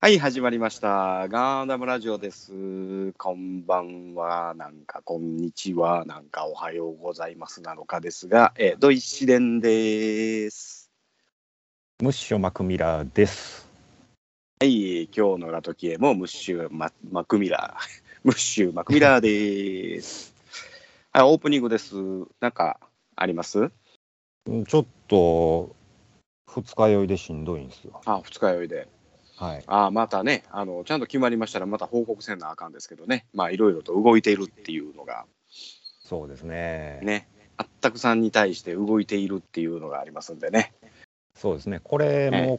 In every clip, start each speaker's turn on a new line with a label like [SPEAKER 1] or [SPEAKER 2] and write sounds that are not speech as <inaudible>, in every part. [SPEAKER 1] はい、始まりました。ガンダムラジオです。こんばんは、なんか、こんにちは、なんか、おはようございますなのかですが、えー、ドイシレンです。
[SPEAKER 2] ムッシュマクミラーです。
[SPEAKER 1] はい、今日のラトキエもムッシュママクミ <laughs> ラー、ムッシュマクミラーです。はい、オープニングです。なんか、あります
[SPEAKER 2] うんちょっと二日酔いでしんどいんですよ。
[SPEAKER 1] あ、二日酔いで。
[SPEAKER 2] はい。
[SPEAKER 1] あまたねあの、ちゃんと決まりましたら、また報告せなあかんですけどね、まあ、いろいろと動いているっていうのが、
[SPEAKER 2] そうですね。
[SPEAKER 1] ね、あったくさんに対して動いているっていうのがありますんでね、
[SPEAKER 2] そうですね。こ
[SPEAKER 1] え
[SPEAKER 2] れも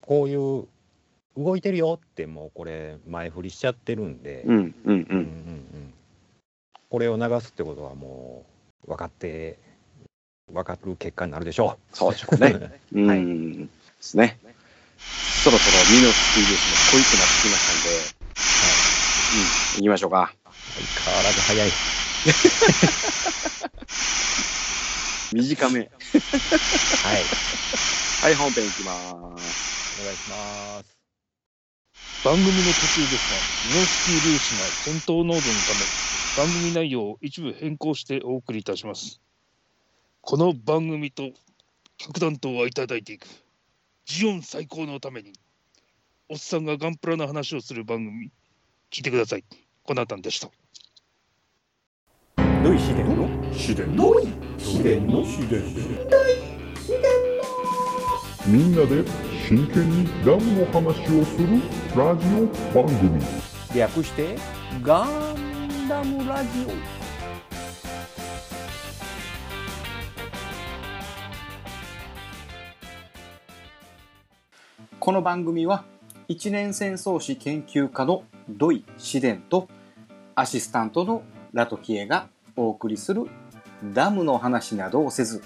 [SPEAKER 2] こういう動いてるよってもうこれ前振りしちゃってるんで、
[SPEAKER 1] う
[SPEAKER 2] うん
[SPEAKER 1] ん、うん、う
[SPEAKER 2] うん
[SPEAKER 1] ん、
[SPEAKER 2] うんこれを流すってことはもう分かって分かる結果になるでしょ
[SPEAKER 1] そうで
[SPEAKER 2] <laughs>
[SPEAKER 1] しょうね。
[SPEAKER 2] う。
[SPEAKER 1] うん、
[SPEAKER 2] はい
[SPEAKER 1] ですね。そろそろミノスピースも濃いくなってきましたんで、うん、行きましょうか。
[SPEAKER 2] 相変わらず早い。
[SPEAKER 1] 短め。
[SPEAKER 2] はい。
[SPEAKER 1] はい、本編行きます。
[SPEAKER 2] お願いします。
[SPEAKER 3] 番組の途中ですが、ミノスキー粒子が戦闘濃度のため、番組内容を一部変更してお送りいたします。この番組と核弾頭はいただいていく。ジオン最高のために、おっさんがガンプラの話をする番組、聞いてください。コナタンでした。
[SPEAKER 2] ドイシで
[SPEAKER 4] みんなで真剣にダムの話をするラジオ番組
[SPEAKER 2] 略してガンダムラジオ。
[SPEAKER 5] この番組は一年戦争史研究家の土井紫伝とアシスタントのラトキエがお送りするダムの話などをせず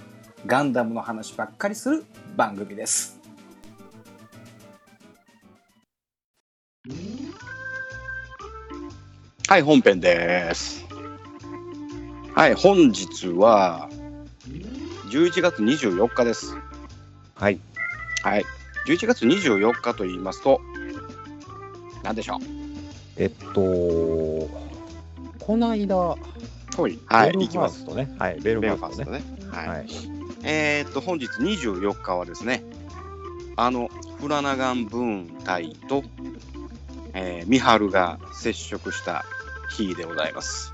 [SPEAKER 5] ガンダムの話ばっかりする番組です。
[SPEAKER 1] はい、本編です。はい、本日は、11月24日です。
[SPEAKER 2] はい。
[SPEAKER 1] はい。11月24日と言いますと、なんでしょ
[SPEAKER 2] えっと、こないだ、
[SPEAKER 1] う。はい。
[SPEAKER 2] ベル
[SPEAKER 1] 行
[SPEAKER 2] フ
[SPEAKER 1] き
[SPEAKER 2] ァ
[SPEAKER 1] ま
[SPEAKER 2] ー
[SPEAKER 1] す。
[SPEAKER 2] ストね。はい、ベルフ
[SPEAKER 1] ベ
[SPEAKER 2] ァ
[SPEAKER 1] ル
[SPEAKER 2] ー
[SPEAKER 1] ファース
[SPEAKER 2] スト
[SPEAKER 1] ト
[SPEAKER 2] ね。
[SPEAKER 1] ね。はい。
[SPEAKER 2] はい。
[SPEAKER 1] えーっと、本日24日はですね、あの、フラナガン分隊と、えー、ミハルが接触した日でございます。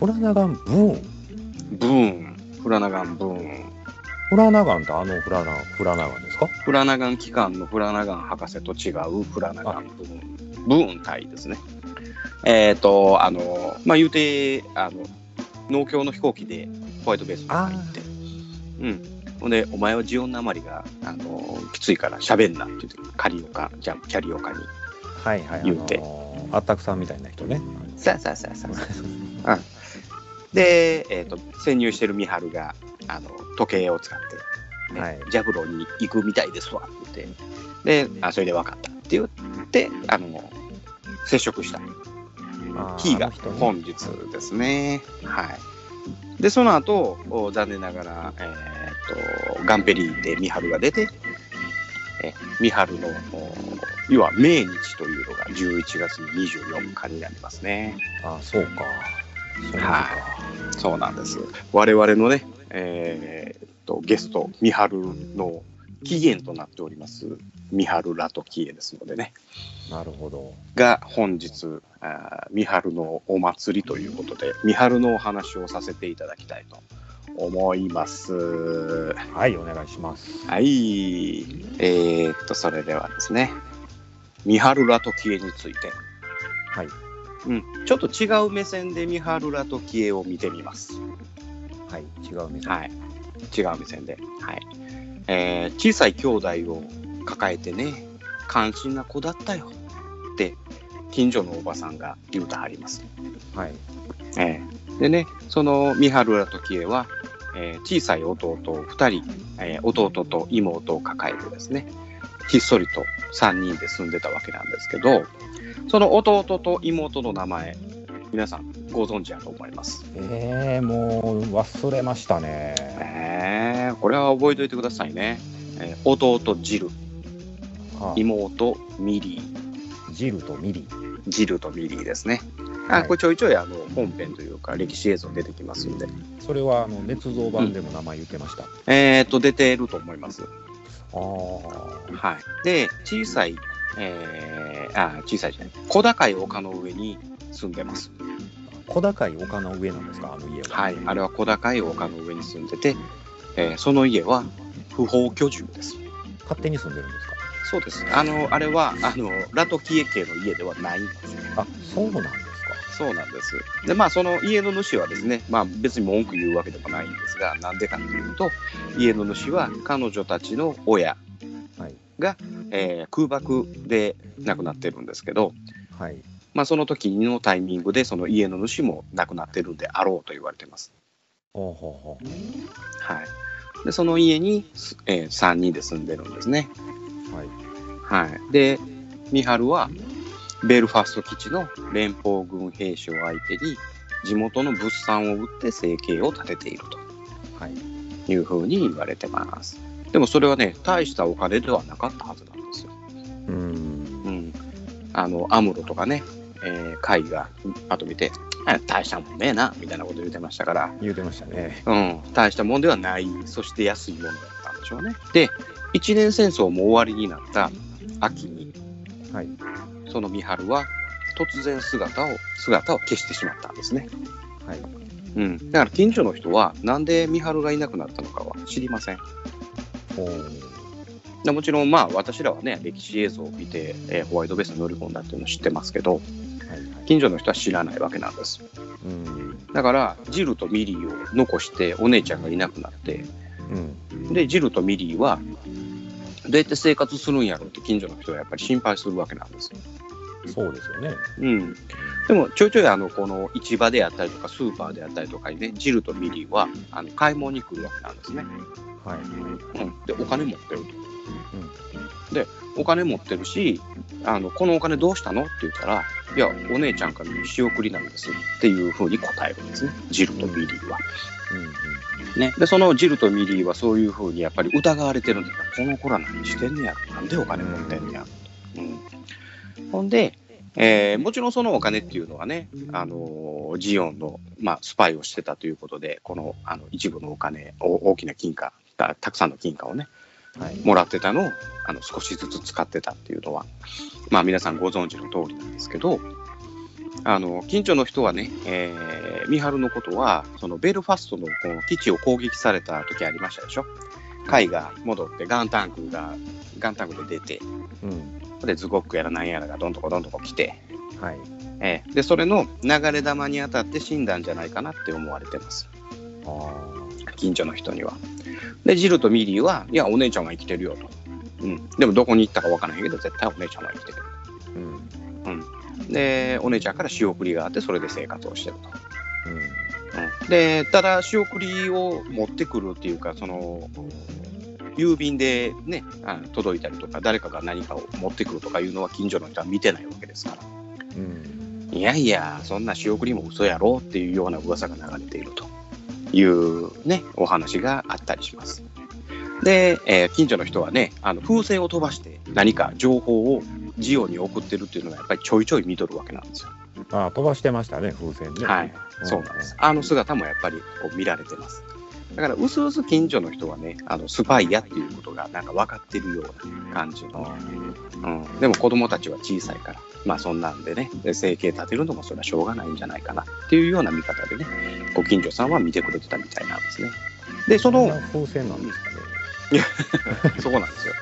[SPEAKER 2] フラナガンブーン。
[SPEAKER 1] ブーン。フラナガンブーン。
[SPEAKER 2] フラナガンってあのフラナ、フラナガンですか
[SPEAKER 1] フラナガン機関のフラナガン博士と違うフラナガンブーンブーン隊ですね。えっ、と、あの、まあ、言うて、あの、農協の飛行機でホワイトベースに入って、うん。ほんで、お前はジオンなまりが、あの、きついから喋んなって言って、カリオカ、じゃキャリオカに。
[SPEAKER 2] はいはい。
[SPEAKER 1] 言うて
[SPEAKER 2] あのーアタックさんみたいな人ね。
[SPEAKER 1] さあさあさあさあ。うん。で、えっ、と、潜入してるミハルが、あの、時計を使って、ね
[SPEAKER 2] はい
[SPEAKER 1] ジャブロに行くみたいですわ、って言って。で、あ、それで分かったって言って、あの、接触した。
[SPEAKER 2] あー
[SPEAKER 1] 日
[SPEAKER 2] あ
[SPEAKER 1] が
[SPEAKER 2] の人ね
[SPEAKER 1] 本日ですね。はい。で、その後、お残念ながら、えーっと、ガンペリーでミハルが出て、えミハルの、お要は命日というのが11月の24日になりますね。
[SPEAKER 2] あ、そうか。そうか。
[SPEAKER 1] そうなんです。我々のね、えーっと、ゲスト、ミハルの起源となっております、ミハル・ラトキエですのでね、
[SPEAKER 2] なるほど。
[SPEAKER 1] が本日、あーミハルのお祭りということで、ミハルのお話をさせていただきたいと思います。
[SPEAKER 2] はい、お願いします。
[SPEAKER 1] はい。えーっと、それではですね、ミハル・ラトキエについて、
[SPEAKER 2] はい。
[SPEAKER 1] うん、ちょっと違う目線でミハル・ラトキエを見てみます。
[SPEAKER 2] はい、違う目線。
[SPEAKER 1] はい、違う目線で、はいえー小さい兄弟を抱えてね関心な子だったよって近所のおばさんが言うてはります、
[SPEAKER 2] はい。
[SPEAKER 1] えーでねその三春ら時江は、えー小さい弟を2人、えー弟と妹を抱えてですねひっそりと3人で住んでたわけなんですけどその弟と妹の名前皆さんご存知だと思います
[SPEAKER 2] えー、もう忘れましたね。
[SPEAKER 1] えーこれは覚えておいてくださいね、えー弟ジル
[SPEAKER 2] は
[SPEAKER 1] 妹ミリー
[SPEAKER 2] ジルとミリー。
[SPEAKER 1] ジルとミリーですね。あこれちょいちょいあの本編というか歴史映像出てきますんで、
[SPEAKER 2] それはあの捏造版でも名前言ってました。
[SPEAKER 1] えー、と出てると思います。
[SPEAKER 2] ああ。
[SPEAKER 1] はい、で小さい、えー、あ小さいじゃない小高い丘の上に住んでます。
[SPEAKER 2] 小高い丘の上なんですか、あの家は。
[SPEAKER 1] はい、あれは小高い丘の上に住んでて、えーその家は不法居住です。
[SPEAKER 2] 勝手に住んでるんですか。
[SPEAKER 1] そうです。あのあれはあのラトキエ家の家ではないんですよ。
[SPEAKER 2] あ、そうなんですか。
[SPEAKER 1] そうなんです。で、まあ、その家の主はですね、まあ、別に文句言うわけでもないんですが、なんでかというと、家の主は彼女たちの親
[SPEAKER 2] はい
[SPEAKER 1] が、えー空爆で亡くなってるんですけど、
[SPEAKER 2] はい。
[SPEAKER 1] まあ、その時のタイミングで、その家の主も亡くなってるんであろうと言われてます。
[SPEAKER 2] ほうほうほ
[SPEAKER 1] はい。で、その家に、すえ3人で住んでるんですね。
[SPEAKER 2] う。はい。
[SPEAKER 1] はい。で、ミハルは、ベルファスト基地の連邦軍兵士を相手に、地元の物産を売って生計を立てていると。
[SPEAKER 2] はい。
[SPEAKER 1] いうふうに言われてます。でもそれはね、大したお金ではなかったはずなんですよ。
[SPEAKER 2] うーん。
[SPEAKER 1] うん。あの、アムロとかね、えー、会が後見て、あ大したもんねえな、みたいなこと言ってましたから、
[SPEAKER 2] 言うてましたね。
[SPEAKER 1] うん、大したもんではない、そして安いものだったんでしょうね。で、一年戦争も終わりになった秋に、
[SPEAKER 2] はい。
[SPEAKER 1] その三春は突然姿を、姿を消してしまったんですね。
[SPEAKER 2] はい。
[SPEAKER 1] うん。だから近所の人は、なんで三春がいなくなったのかは知りません。
[SPEAKER 2] おー
[SPEAKER 1] でもちろんまあ私らはね歴史映像を見て、えーホワイトベースに乗り込んだっていうのを知ってますけど
[SPEAKER 2] はいはい。
[SPEAKER 1] 近所の人は知らないわけなんです
[SPEAKER 2] うん。
[SPEAKER 1] だからジルとミリーを残してお姉ちゃんがいなくなって
[SPEAKER 2] うん。
[SPEAKER 1] でジルとミリーはどうやって生活するんやろうって近所の人はやっぱり心配するわけなんですよ、
[SPEAKER 2] そうですよね。
[SPEAKER 1] うん、でもちょいちょいあのこの市場であったりとかスーパーであったりとかにねジルとミリーはあの買い物に来るわけなんですね
[SPEAKER 2] はい。
[SPEAKER 1] うん、でお金持ってると、でお金持ってるしあの「このお金どうしたの?」って言ったら「いやお姉ちゃんからの仕送りなんです」っていうふうに答えるんですねジルとミリーは。ね、でそのジルとミリーはそういうふうにやっぱり疑われてるんだよこの子ら何してんねやろなんでお金持ってんねやろと、うん、ほんで、えーもちろんそのお金っていうのはね、あのージオンの、まあ、スパイをしてたということでこのあの一部のお金お大きな金貨たたくさんの金貨をね
[SPEAKER 2] うん。はい。
[SPEAKER 1] もらってたのをあの少しずつ使ってたっていうのは、まあ、皆さんご存知の通りなんですけどあの近所の人はね、えー、三春のことはそのベルファストのこの基地を攻撃された時ありましたでしょ海が戻ってガンタンクがガンタンクで出て
[SPEAKER 2] うん。
[SPEAKER 1] でズゴックやらなんやらがどんとこどんとこ来て、
[SPEAKER 2] はい。
[SPEAKER 1] えーでそれの流れ弾に当たって死んだんじゃないかなって思われてます
[SPEAKER 2] ああ。
[SPEAKER 1] 近所の人には。で、ジルとミリーは、いや、お姉ちゃんが生きてるよと。うん、でも、どこに行ったかわからへんけど、絶対お姉ちゃんが生きてる。
[SPEAKER 2] うん。うん。
[SPEAKER 1] で、お姉ちゃんから仕送りがあって、それで生活をしてると。うん、で、ただ、仕送りを持ってくるっていうか、その、郵便でね、あの届いたりとか、誰かが何かを持ってくるとかいうのは、近所の人は見てないわけですから。
[SPEAKER 2] うん。
[SPEAKER 1] いやいや、そんな仕送りも嘘やろっていうような噂が流れているというね、お話があったりします。で、えー近所の人はね、あの風船を飛ばして何か情報をジオに送ってるっていうのがやっぱりちょいちょい見とるわけなんですよ。
[SPEAKER 2] ああ、飛ばしてましたね、風船ね。
[SPEAKER 1] はい。そうなんです。。あの姿もやっぱりこう見られてます。だから、うすうす近所の人はね、あのスパイやっていうことがなんか分かってるような感じの、うん、でも子供たちは小さいから、まあそんなんでね、で生計立てるのもそれはしょうがないんじゃないかなっていうような見方でね、ご近所さんは見てくれてたみたいなんですね。で、そ
[SPEAKER 2] その
[SPEAKER 1] の、 <laughs>
[SPEAKER 2] 風船なんですかね。
[SPEAKER 1] そこなんですよ。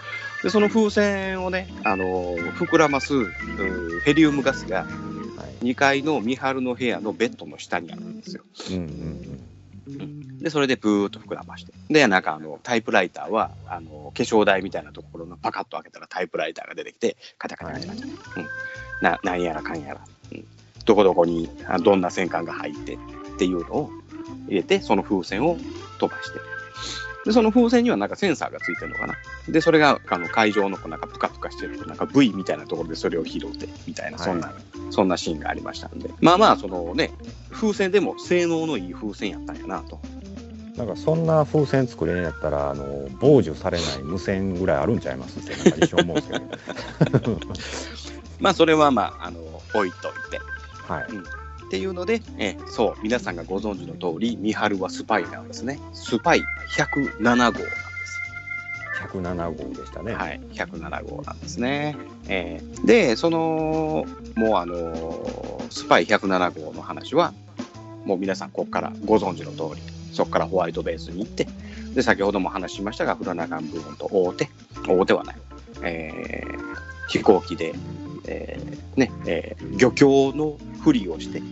[SPEAKER 1] で、その風船をね、あの膨らますうんヘリウムガスが
[SPEAKER 2] は
[SPEAKER 1] 2階の三春の部屋のベッドの下にあるんですよ。
[SPEAKER 2] い。うんうん
[SPEAKER 1] で、それでブーっと膨らまして。で、なんかあの、タイプライターは、あの、化粧台みたいなところのパカッと開けたらタイプライターが出てきて、カチャカチャカチャカチャ。うん。な、なんやらかんやら。うん。どこどこに、あどんな戦艦が入ってっていうのを入れて、その風船を飛ばして。で、その風船にはなんかセンサーがついてるのかな。で、それが、あの、会場のこうなんかプカプカしてる、なんか V みたいなところでそれを拾って、みたいな、
[SPEAKER 2] はい
[SPEAKER 1] そんな、そんなシーンがありましたんで。まあまあ、そのね、風船でも性能のいい風船やったんやなと。
[SPEAKER 2] うん。なんかそんな風船作れんやったらあの <laughs> 傍受されない無線ぐらいあるんちゃいますってなんか一瞬思うんですけど
[SPEAKER 1] まあそれはまああの置いといて
[SPEAKER 2] はい。
[SPEAKER 1] っていうので、えーそう皆さんがご存知の通りミハルはスパイなんですねスパイ107号なんです
[SPEAKER 2] 107号でしたね。
[SPEAKER 1] はい、107号なんですね。えーで、その、もうあのースパイ107号の話は、もう皆さん、ここからご存知の通り、そこからホワイトベースに行って、で、先ほども話しましたが、フラナガン部門と大手、大手はない、えー飛行機で、えーね、えー漁協のふりをして、
[SPEAKER 2] うん。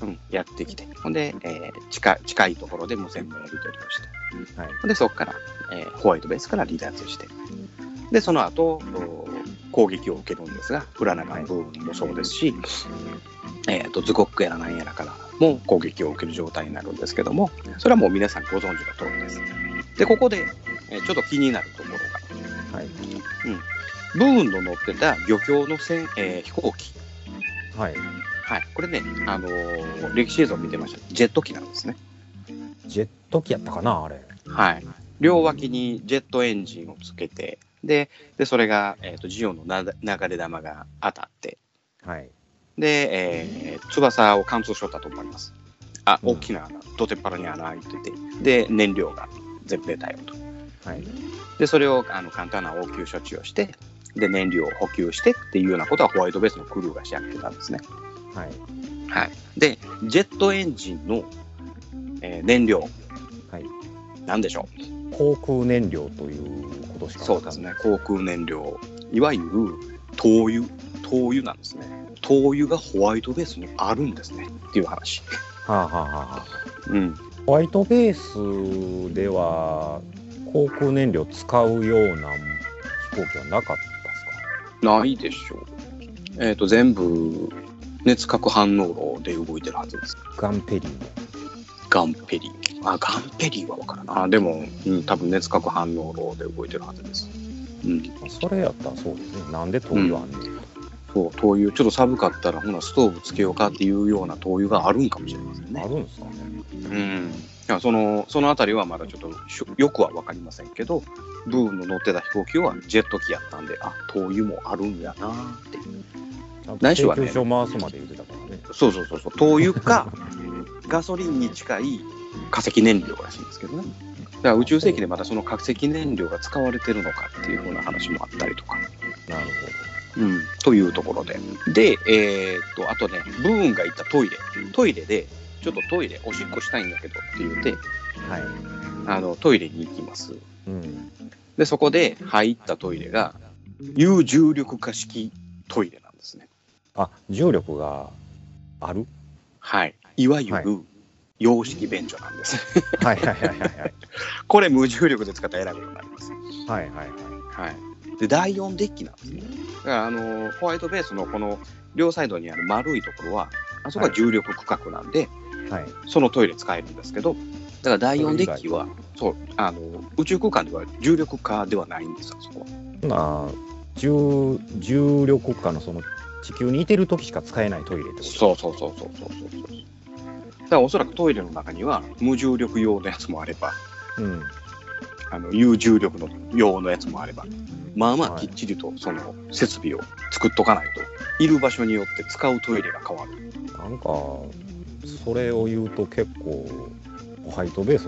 [SPEAKER 1] うん、やってきて、ほんで、えー近い近いところで無線のやり取りをして、
[SPEAKER 2] はい。
[SPEAKER 1] で、そこから、えーホワイトベースから離脱して、で、その後、お攻撃を受けるんですが、フラナガン部分もそうですし、えーと、ズコックやらなんやらからも攻撃を受ける状態になるんですけども、それはもう皆さんご存知の通りです。で、ここで、えーちょっと気になるところが、
[SPEAKER 2] はい。
[SPEAKER 1] ブーンの乗ってた漁協の船、えー飛行機、
[SPEAKER 2] はい。
[SPEAKER 1] はい、これね、あのー歴史映像見てましたジェット機なんですね。
[SPEAKER 2] ジェット機やったかな、あれ。
[SPEAKER 1] はい、両脇にジェットエンジンをつけてででそれが、えー、とジオのな流れ弾が当たって
[SPEAKER 2] はい。
[SPEAKER 1] で、えー翼を貫通しとったと思いますあ
[SPEAKER 2] うん
[SPEAKER 1] 大きな穴どてっぱらに穴開いててで燃料が全部出たよと
[SPEAKER 2] はい。
[SPEAKER 1] でそれをあの簡単な応急処置をしてで燃料を補給してっていうようなことはホワイトベースのクルーがしやってたんですね、
[SPEAKER 2] はい。
[SPEAKER 1] はい、でジェットエンジンの、えー燃料
[SPEAKER 2] はい。
[SPEAKER 1] なんでしょう
[SPEAKER 2] 航空燃料ということしか
[SPEAKER 1] そうですね、航空燃料、いわゆる灯油、灯油なんですね。灯油がホワイトベースにあるんですねっていう話。
[SPEAKER 2] はあ、はあはあは
[SPEAKER 1] うん、
[SPEAKER 2] あ、ホワイトベースでは航空燃料使うような飛行機はなかった
[SPEAKER 1] ないでしょう。えっ、と、全部熱核反応炉で動いてるはずです。
[SPEAKER 2] ですかガンペリーも
[SPEAKER 1] ガンペリー。あ、ガンペリーは分からない。あでも、うん、多分熱核反応炉で動いてるはずです。うん、
[SPEAKER 2] それやったらそうですねなんで灯油あんねん、
[SPEAKER 1] そう、灯油、ちょっと寒かったら、ほな、ストーブつけようかっていうような灯油があるんかもしれませんね
[SPEAKER 2] あ。るんですかね
[SPEAKER 1] うん、いやそのその辺りはまだちょっとしょよくは分かりませんけどブーンの乗ってた飛行機はジェット機やったんであ灯油もあるんやなっていうないしはね
[SPEAKER 2] 請求書回すまで言ってたからね
[SPEAKER 1] そうそうそうそう灯油かガソリンに近い化石燃料らしいんですけどねだから宇宙世紀でまたその化石燃料が使われてるのかっていうふうな話もあったりとか、
[SPEAKER 2] なる
[SPEAKER 1] うん、というところででえーっとあとねブーンが行ったトイレトイレでちょっとトイレおしっこしたいんだけどって言って
[SPEAKER 2] ほどはい
[SPEAKER 1] あのトイレに行きます
[SPEAKER 2] うん
[SPEAKER 1] で、そこで入ったトイレが、有重力化式トイレなんですね。
[SPEAKER 2] あ重力がある
[SPEAKER 1] はい。いわゆ
[SPEAKER 2] はい
[SPEAKER 1] る、洋式便所なんです。
[SPEAKER 2] はいはいはいはいはい
[SPEAKER 1] これ、無重力で使ったらえらいことになります。
[SPEAKER 2] はいはい
[SPEAKER 1] はい。で、第4デッキなんですね。だから、あのーホワイトベースのこの、両サイドにある丸いところは、あそこは重力区画なんで、
[SPEAKER 2] はいはい
[SPEAKER 1] そのトイレ使えるんですけど、だから第4デッキは、そう、あのー宇宙空間では重力化ではないんですよ、そこは。
[SPEAKER 2] まあ重重力下のその地球にいてる時しか使えないトイレってこと
[SPEAKER 1] そうそうそうそうそうそうそうだからおそらくトイレの中には無重力用のやつもあれば
[SPEAKER 2] う、うん、
[SPEAKER 1] あの有重力の用のやつもあればまあまあ
[SPEAKER 2] はい
[SPEAKER 1] きっちりとその設備を作っとかないといる場所によって使うトイレが変わる
[SPEAKER 2] なんかそれを言うと結構ホワイトベース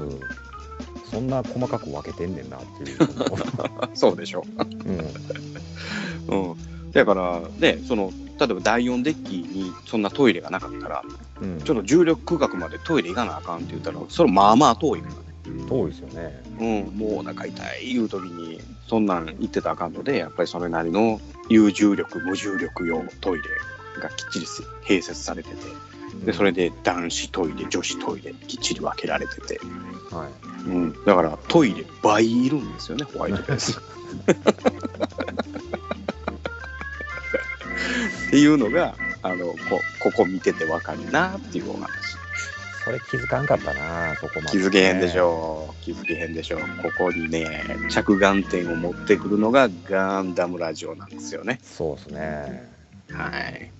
[SPEAKER 2] そんな細かく分けてんねんなっていう、
[SPEAKER 1] <laughs> そうでしょ、
[SPEAKER 2] うん、
[SPEAKER 1] うん、だからねその例えば第4デッキにそんなトイレがなかったら
[SPEAKER 2] うん、
[SPEAKER 1] ちょっと重力空間までトイレ行かなあかんって言ったらそれまあまあ遠いからね
[SPEAKER 2] 遠いですよね
[SPEAKER 1] うん、もうお腹痛いいう時にそんなん言ってたらあかんのでやっぱりそれなりの有重力無重力用トイレがきっちり併設されててでそれで男子トイレ女子トイレきっちり分けられてて、
[SPEAKER 2] はい
[SPEAKER 1] うん、だからトイレ倍いるんですよねホワイトベース。っていうのがあのこここ見てて分かるなっていうお話
[SPEAKER 2] それ気づかんかったなそこまで、
[SPEAKER 1] 気づけへんでしょう気づけへんでしょうここにね着眼点を持ってくるのがガンダムラジオなんですよね
[SPEAKER 2] そうですね
[SPEAKER 1] はい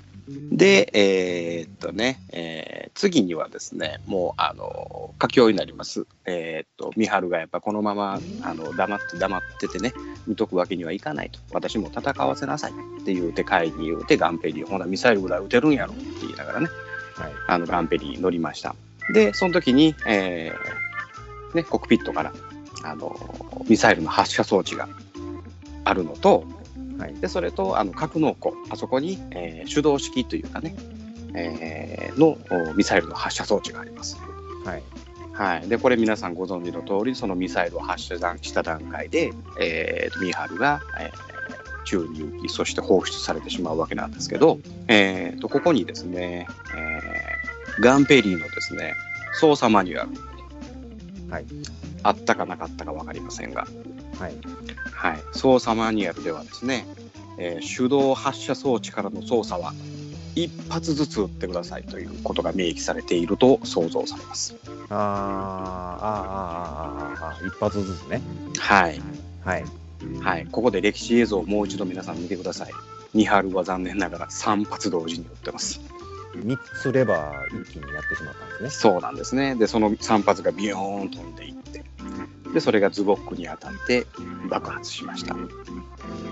[SPEAKER 1] で、えーっとね、えー次にはですね、もう、あの、佳境になります。えーっと、三春がやっぱこのまま、あの、黙って黙っててね、見とくわけにはいかないと。私も戦わせなさいって言うて、会議言うて、ガンペリー、ほな、ミサイルぐらい撃てるんやろって言いながらね、
[SPEAKER 2] はい
[SPEAKER 1] あの、ガンペリー乗りました。で、その時に、えーね、コックピットから、あの、ミサイルの発射装置があるのと、
[SPEAKER 2] はい
[SPEAKER 1] でそれとあの格納庫あそこに、えー手動式というかね、えーのおミサイルの発射装置があります。
[SPEAKER 2] はい
[SPEAKER 1] はい、でこれ皆さんご存知の通りそのミサイルを発射した段階で、えー、ミハルが、えー宙に浮きそして放出されてしまうわけなんですけど、えー、とここにですね、えーガンペリーのですね操作マニュアル、
[SPEAKER 2] はい
[SPEAKER 1] あったかなかったか分かりませんが、
[SPEAKER 2] はい
[SPEAKER 1] はい、操作マニュアルではですね、えー手動発射装置からの操作は1発ずつ撃ってくださいということが明記されていると想像されます。
[SPEAKER 2] あーあーあーあーあーあー一発ずつね
[SPEAKER 1] はい、
[SPEAKER 2] はい
[SPEAKER 1] はい、ここで歴史映像をもう一度皆さん見てください。ニハルは残念ながら3発同時に撃ってます。
[SPEAKER 2] 三つレバー一気にやってしまったんですね
[SPEAKER 1] そうなんですね。で、その3発がビヨーン飛んでいって、で、それがズボックに当たって爆発しました。っ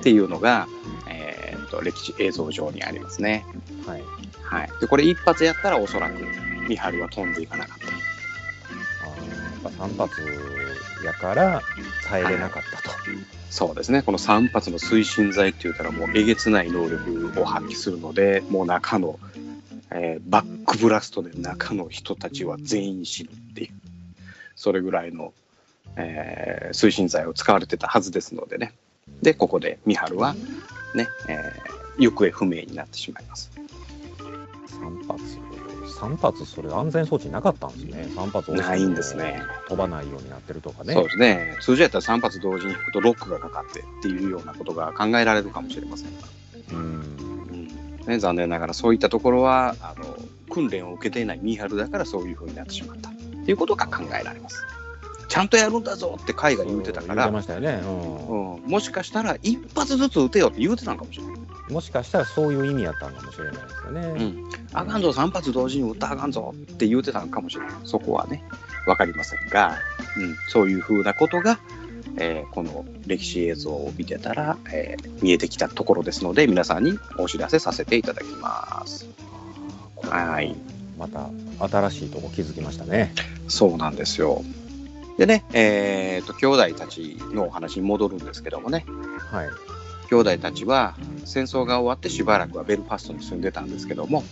[SPEAKER 1] ていうのが、えーっと、歴史映像上にありますね。
[SPEAKER 2] はい
[SPEAKER 1] はい、でこれ一発やったらおそらくミハルは飛んでいかなかった
[SPEAKER 2] あーやっぱ三発やから耐えれなかったと、
[SPEAKER 1] そうですねこの3発の推進剤って言ったらもうえげつない能力を発揮するのでもう中の、えーバックブラストで中の人たちは全員死ぬっていうそれぐらいの、えー推進剤を使われてたはずですのでねでここでミハルはね、えー行方不明になってしまいます
[SPEAKER 2] 三発三発それ安全装置なかったんですね三発押しても
[SPEAKER 1] ないんですね
[SPEAKER 2] 飛ばないようになってるとかね
[SPEAKER 1] そうですね通常やったら3発同時に引くとロックがかかってっていうようなことが考えられるかもしれませんが
[SPEAKER 2] うん
[SPEAKER 1] ね、残念ながらそういったところはあの訓練を受けていないミーハルだからそういうふうになってしまったっていうことが考えられます。ちゃんとやるんだぞって海が言うてたか
[SPEAKER 2] 言
[SPEAKER 1] ら、
[SPEAKER 2] てましたよね、
[SPEAKER 1] う、
[SPEAKER 2] うん
[SPEAKER 1] もしかしたら一発ずつ撃てよって言うてたんかもしれない。
[SPEAKER 2] ん、もしかしたらそういう意味やったんかもしれないですよね、
[SPEAKER 1] うんあかんぞ3発同時に撃ったらあかんぞって言うてたんかもしれない。そこはね分かりませんが、うん、そういうふうなことが、えーこの歴史映像を見てたら、えー見えてきたところですので皆さんにお知らせさせていただきます。はい
[SPEAKER 2] また新しいとこ気づきましたね
[SPEAKER 1] そうなんですよ。でね、えー、と兄弟たちのお話に戻るんですけどもね
[SPEAKER 2] はい
[SPEAKER 1] 兄弟たちは戦争が終わってしばらくはベルファストに住んでたんですけども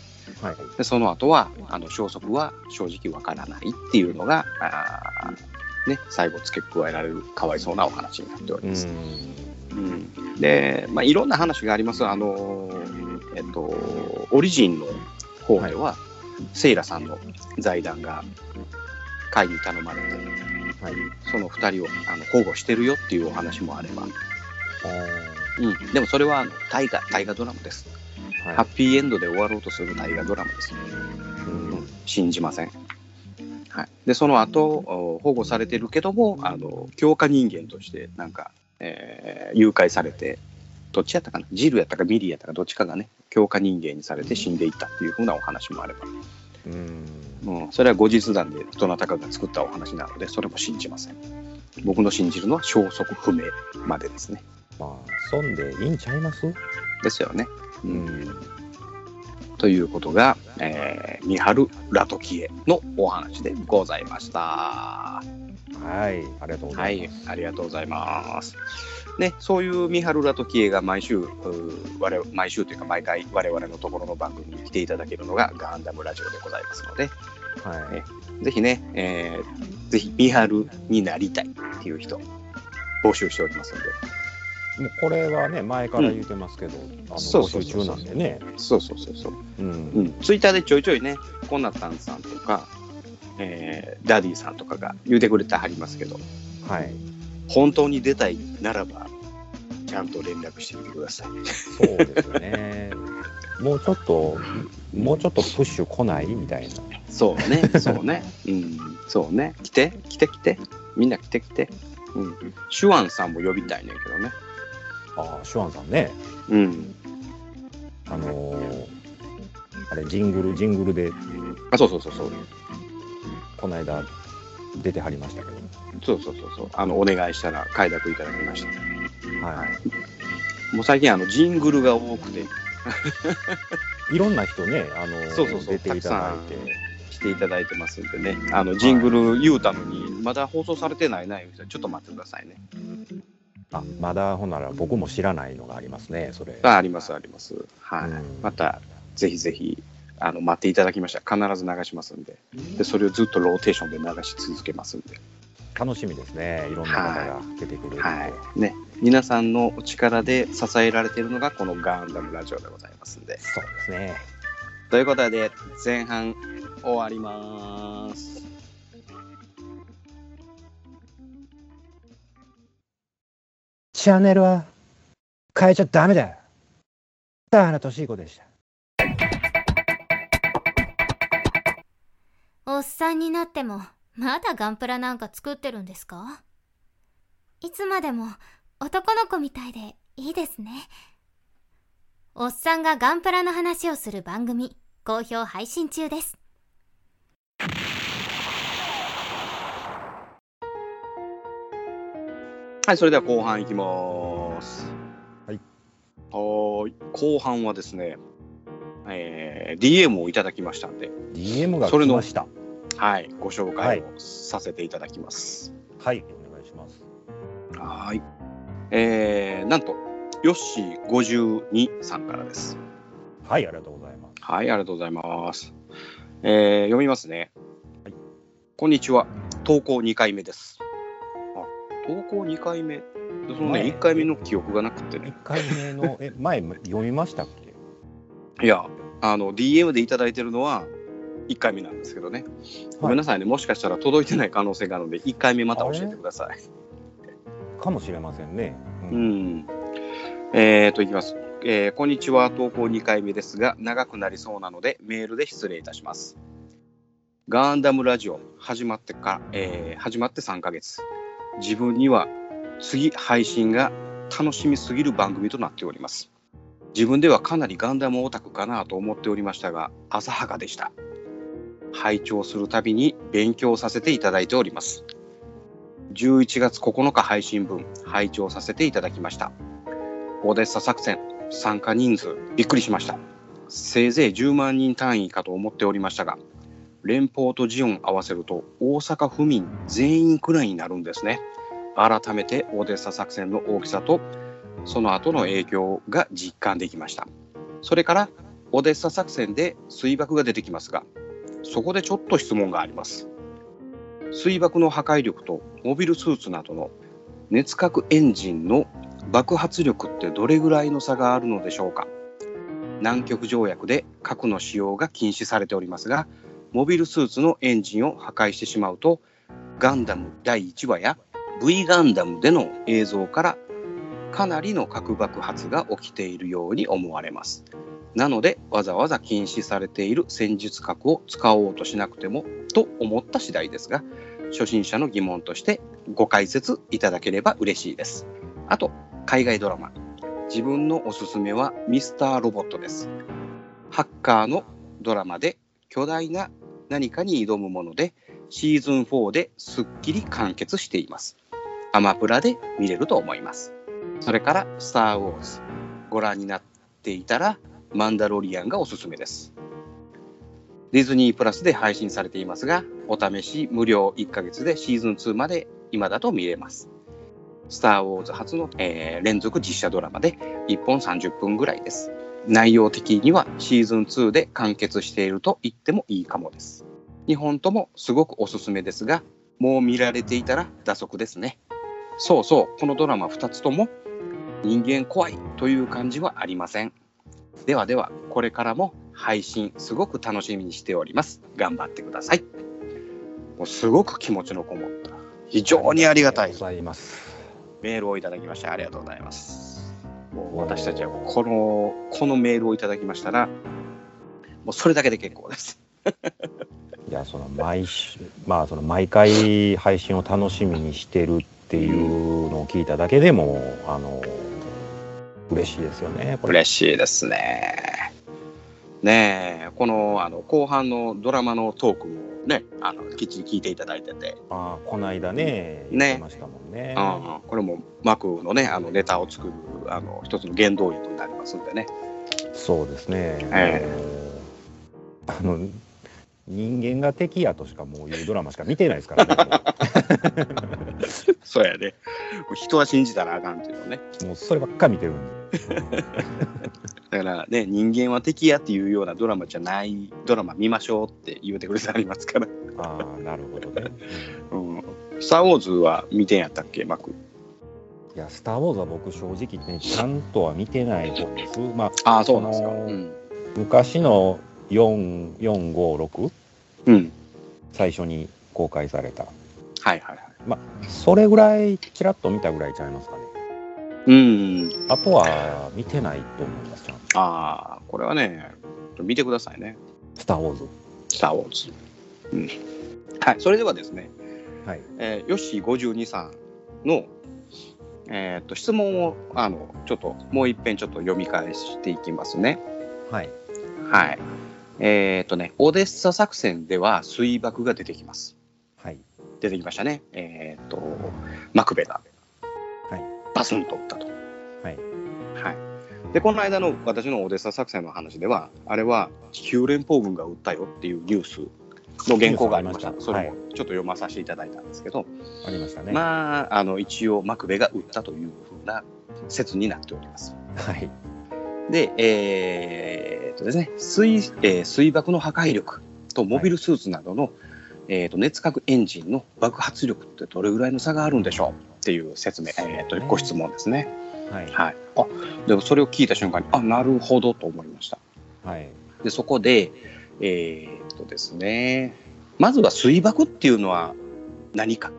[SPEAKER 2] はい
[SPEAKER 1] でその後はあの消息は正直わからないっていうのがあー、ね、最後付け加えられるかわいそうなお話になっており
[SPEAKER 2] う
[SPEAKER 1] ます。
[SPEAKER 2] ん
[SPEAKER 1] うんで、まあ、いろんな話があります。あのーえっと、オリジンの方では、セイラさんの財団が会に頼まれて、
[SPEAKER 2] はい
[SPEAKER 1] その2人をあの保護してるよっていうお話もあれば、
[SPEAKER 2] あ
[SPEAKER 1] うん、でもそれはあの大河大河ドラマです、
[SPEAKER 2] ーはい
[SPEAKER 1] ハッピーエンドで終わろうとする大河ドラマです、
[SPEAKER 2] うん
[SPEAKER 1] 信じません、はい、でその後お保護されてるけどもあの強化人間としてなんか、えー誘拐されてどっちやったかなジルやったかミリーやったかどっちかがね強化人間にされて死んでいったっていう風なお話もあれば、
[SPEAKER 2] うん
[SPEAKER 1] うん、それは後日談でどなたかが作ったお話なのでそれも信じません僕の信じるのは消息不明までですね
[SPEAKER 2] まあそんでいいんちゃいます
[SPEAKER 1] ですよね。う、
[SPEAKER 2] うんん
[SPEAKER 1] ということが、えー、三春ラトキエのお話でございました。
[SPEAKER 2] はいありがとうご
[SPEAKER 1] は
[SPEAKER 2] ざい
[SPEAKER 1] い
[SPEAKER 2] ま、す、
[SPEAKER 1] ありがとうございます。ね、そういう三春ラトキエが毎週、うー我々毎週というか毎回我々のところの番組に来ていただけるのがガンダムラジオでございますので、
[SPEAKER 2] はい
[SPEAKER 1] えぜひね、えー、ぜひ三春になりたいっていう人募集しておりますので、
[SPEAKER 2] もうこれはね前から言ってますけど、あの
[SPEAKER 1] そう
[SPEAKER 2] 募
[SPEAKER 1] そう
[SPEAKER 2] 集
[SPEAKER 1] そうそ
[SPEAKER 2] 中な
[SPEAKER 1] うん
[SPEAKER 2] でね
[SPEAKER 1] そうそうそうそう。
[SPEAKER 2] うん
[SPEAKER 1] うん、ツイッターでちょいちょいね、コナタンさんとか、えーダディさんとかが言うてくれてはりますけど、
[SPEAKER 2] はい
[SPEAKER 1] 本当に出たいならば、ちゃんと連絡してみてください。
[SPEAKER 2] そうですよねもうちょっともうちょっとプッシュ来ないみたいな
[SPEAKER 1] そう <laughs> ね、そうね、うん、そうね、来て、来て、来て、みんな来て、来て、うん、シュワンさんも呼びたいねんけどね、
[SPEAKER 2] ああシュワンさんね
[SPEAKER 1] うん、
[SPEAKER 2] あのーあれジングルジングルで
[SPEAKER 1] あそうそうそうそう
[SPEAKER 2] この間出てはりましたけど
[SPEAKER 1] そうそうそうそうあのお願いしたら快諾いただきました
[SPEAKER 2] はい
[SPEAKER 1] もう最近あのジングルが多くて
[SPEAKER 2] いろんな人ねあの
[SPEAKER 1] そうそうそう
[SPEAKER 2] 出ていただいて
[SPEAKER 1] たくしていただいてますんでねあのジングル言うたのにまだ放送されてないないう人はちょっと待ってくださいね
[SPEAKER 2] あまだほんなら僕も知らないのがありますねそれ
[SPEAKER 1] あありますありますはい、
[SPEAKER 2] うん
[SPEAKER 1] またぜひぜひあの待っていただきましたら必ず流しますんででそれをずっとローテーションで流し続けますんで
[SPEAKER 2] 楽しみですねいろんな方が出てくるんで、
[SPEAKER 1] はいね皆さんのお力で支えられているのがこのガンダムラジオでございますんで
[SPEAKER 2] そうですね
[SPEAKER 1] ということで前半終わります
[SPEAKER 6] チャンネルは変えちゃダメだ。田原俊彦でした。
[SPEAKER 7] おっさんになってもまだガンプラなんか作ってるんですかいつまでも男の子みたいでいいですねおっさんがガンプラの話をする番組好評配信中です
[SPEAKER 1] はいそれでは後半いきます
[SPEAKER 2] はい
[SPEAKER 1] はーい後半はですねえー DM をいただきましたんで
[SPEAKER 2] DM が
[SPEAKER 1] それ
[SPEAKER 2] 来
[SPEAKER 1] の
[SPEAKER 2] ました
[SPEAKER 1] はいご紹介をさせていただきます
[SPEAKER 2] はいお願いします
[SPEAKER 1] はーい。えー、なんと、ヨッシー52さんからです。
[SPEAKER 2] はいありがとうございます
[SPEAKER 1] はい、ありがとうございます。えー、読みますね。
[SPEAKER 2] はい
[SPEAKER 1] こんにちは。投稿2回目です。あ、投稿2回目。そのね、
[SPEAKER 2] 前
[SPEAKER 1] 1回目の記憶がなくてね
[SPEAKER 2] 1。回目のえ前読みましたっけ
[SPEAKER 1] いや、あの、DM でいただいてるのは、1回目なんですけどね、ごめんなさいねもしかしたら届いてない可能性があるので1回目また教えてください
[SPEAKER 2] かもしれませんね、うん
[SPEAKER 1] うん。えー、と、いきます。えーこんにちは。投稿2回目ですが、長くなりそうなので、メールで失礼いたします。ガンダムラジオ、始まってか、えー始まって3ヶ月。自分には、次配信が楽しみすぎる番組となっております。自分ではかなりガンダムオタクかなと思っておりましたが、浅はかでした。拝聴するたびに勉強させていただいております。11月9日配信分拝聴させていただきましたオデッサ作戦参加人数びっくりしましたせいぜい10万人単位かと思っておりましたが連邦とジオン合わせると大阪府民全員くらいになるんですね改めてオデッサ作戦の大きさとその後の影響が実感できましたそれからオデッサ作戦で水爆が出てきますがそこでちょっと質問があります水爆の破壊力とモビルスーツなどの熱核エンジンの爆発力ってどれぐらいの差があるのでしょうか南極条約で核の使用が禁止されておりますがモビルスーツのエンジンを破壊してしまうとガンダム第1話や V ガンダムでの映像からかなりの核爆発が起きているように思われますなのでわざわざ禁止されている戦術核を使おうとしなくてもと思った次第ですが初心者の疑問としてご解説いただければ嬉しいです。あと、海外ドラマ。自分のおすすめはミスターロボットです。ハッカーのドラマで巨大な何かに挑むもので、シーズン4ですっきり完結しています。アマプラで見れると思います。それから、スター・ウォーズ。ご覧になっていたら、マンダロリアンがおすすめです。ディズニープラスで配信されていますが、お試し無料1ヶ月でシーズン2まで今だと見れます。スター・ウォーズ初の、えー連続実写ドラマで1本30分ぐらいです。内容的にはシーズン2で完結していると言ってもいいかもです。2本ともすごくおすすめですが、もう見られていたら打足ですね。そうそう、このドラマ2つとも人間怖いという感じはありません。ではでは、これからも配信すごく楽しみにしております。頑張ってください。もうすごく気持ちのこもった、非常にありがたい
[SPEAKER 2] ございます
[SPEAKER 1] メールをいただきましてありがとうございます。もう私たちはこのこのメールをいただきましたら、もうそれだけで結構です。
[SPEAKER 2] いやその毎週まあその毎回配信を楽しみにしてるっていうのを聞いただけでもあの嬉しいですよねこれ
[SPEAKER 1] 嬉しいですね。ねえこのあの後半のドラマのトークもねあのきっちり聞いていただいてて、
[SPEAKER 2] ああこないだね
[SPEAKER 1] ね
[SPEAKER 2] 言ってましたもんね
[SPEAKER 1] うん、これも幕のねあのネタを作るあの一つの原動力になりますんでね <laughs>
[SPEAKER 2] そうですね、
[SPEAKER 1] え
[SPEAKER 2] あの人間が敵やとしかもういうドラマしか見てないですからね <laughs>
[SPEAKER 1] そうやね人は信じたらあかんっていうのね
[SPEAKER 2] もうそればっか見てるんで
[SPEAKER 1] だからね人間は敵やっていうようなドラマじゃないドラマ見ましょうって言うてくれてありますから
[SPEAKER 2] ああなるほどね
[SPEAKER 1] 「うん、スター・ウォーズ」は見てんやったっけ幕
[SPEAKER 2] いや「スター・ウォーズ」は僕正直ねちゃんとは見てない方ですまあ
[SPEAKER 1] ああそうなんですか
[SPEAKER 2] あの
[SPEAKER 1] う
[SPEAKER 2] ー
[SPEAKER 1] ん、
[SPEAKER 2] 昔の4456
[SPEAKER 1] うん、
[SPEAKER 2] 最初に公開された
[SPEAKER 1] はいはいはい
[SPEAKER 2] それぐらいちらっと見たぐらいちゃいますかね
[SPEAKER 1] うん
[SPEAKER 2] あとは見てないと思いますちゃんと
[SPEAKER 1] ああこれはね見てくださいね
[SPEAKER 2] 「スター・ウォーズ
[SPEAKER 1] スター・ウォーズ。うんはい、それではですね、」
[SPEAKER 2] はい
[SPEAKER 1] えー、ヨッシー52さんの、えー、と質問をあのちょっともう一遍ちょっと読み返していきますね。
[SPEAKER 2] はい
[SPEAKER 1] はい。えっ、とね、オデッサ作戦では水爆が出てきます。
[SPEAKER 2] はい
[SPEAKER 1] 出てきましたね。えっ、と、マクベだ。
[SPEAKER 2] はい。
[SPEAKER 1] バスンと撃ったと。
[SPEAKER 2] はい
[SPEAKER 1] はい。で、この間の私のオデッサ作戦の話では、あれは地球連邦軍が撃ったよっていうニュースの原稿がありました。
[SPEAKER 2] ニュース
[SPEAKER 1] そ
[SPEAKER 2] ありました
[SPEAKER 1] れもちょっと読まさせていただいたんですけど、
[SPEAKER 2] ありましたね、
[SPEAKER 1] まあ、あの、一応マクベが撃ったというふうな説になっております。
[SPEAKER 2] はい
[SPEAKER 1] で、えーっとですね水えー水爆の破壊力とモビルスーツなどの、えーっと熱核エンジンの爆発力ってどれぐらいの差があるんでしょうっていう説明、えーっとご質問ですね。
[SPEAKER 2] はい
[SPEAKER 1] はい、あでもそれを聞いた瞬間にあなるほどと思いました。
[SPEAKER 2] はい
[SPEAKER 1] でそこで、えーっとですね、まずは水爆っていうのは何か、
[SPEAKER 2] は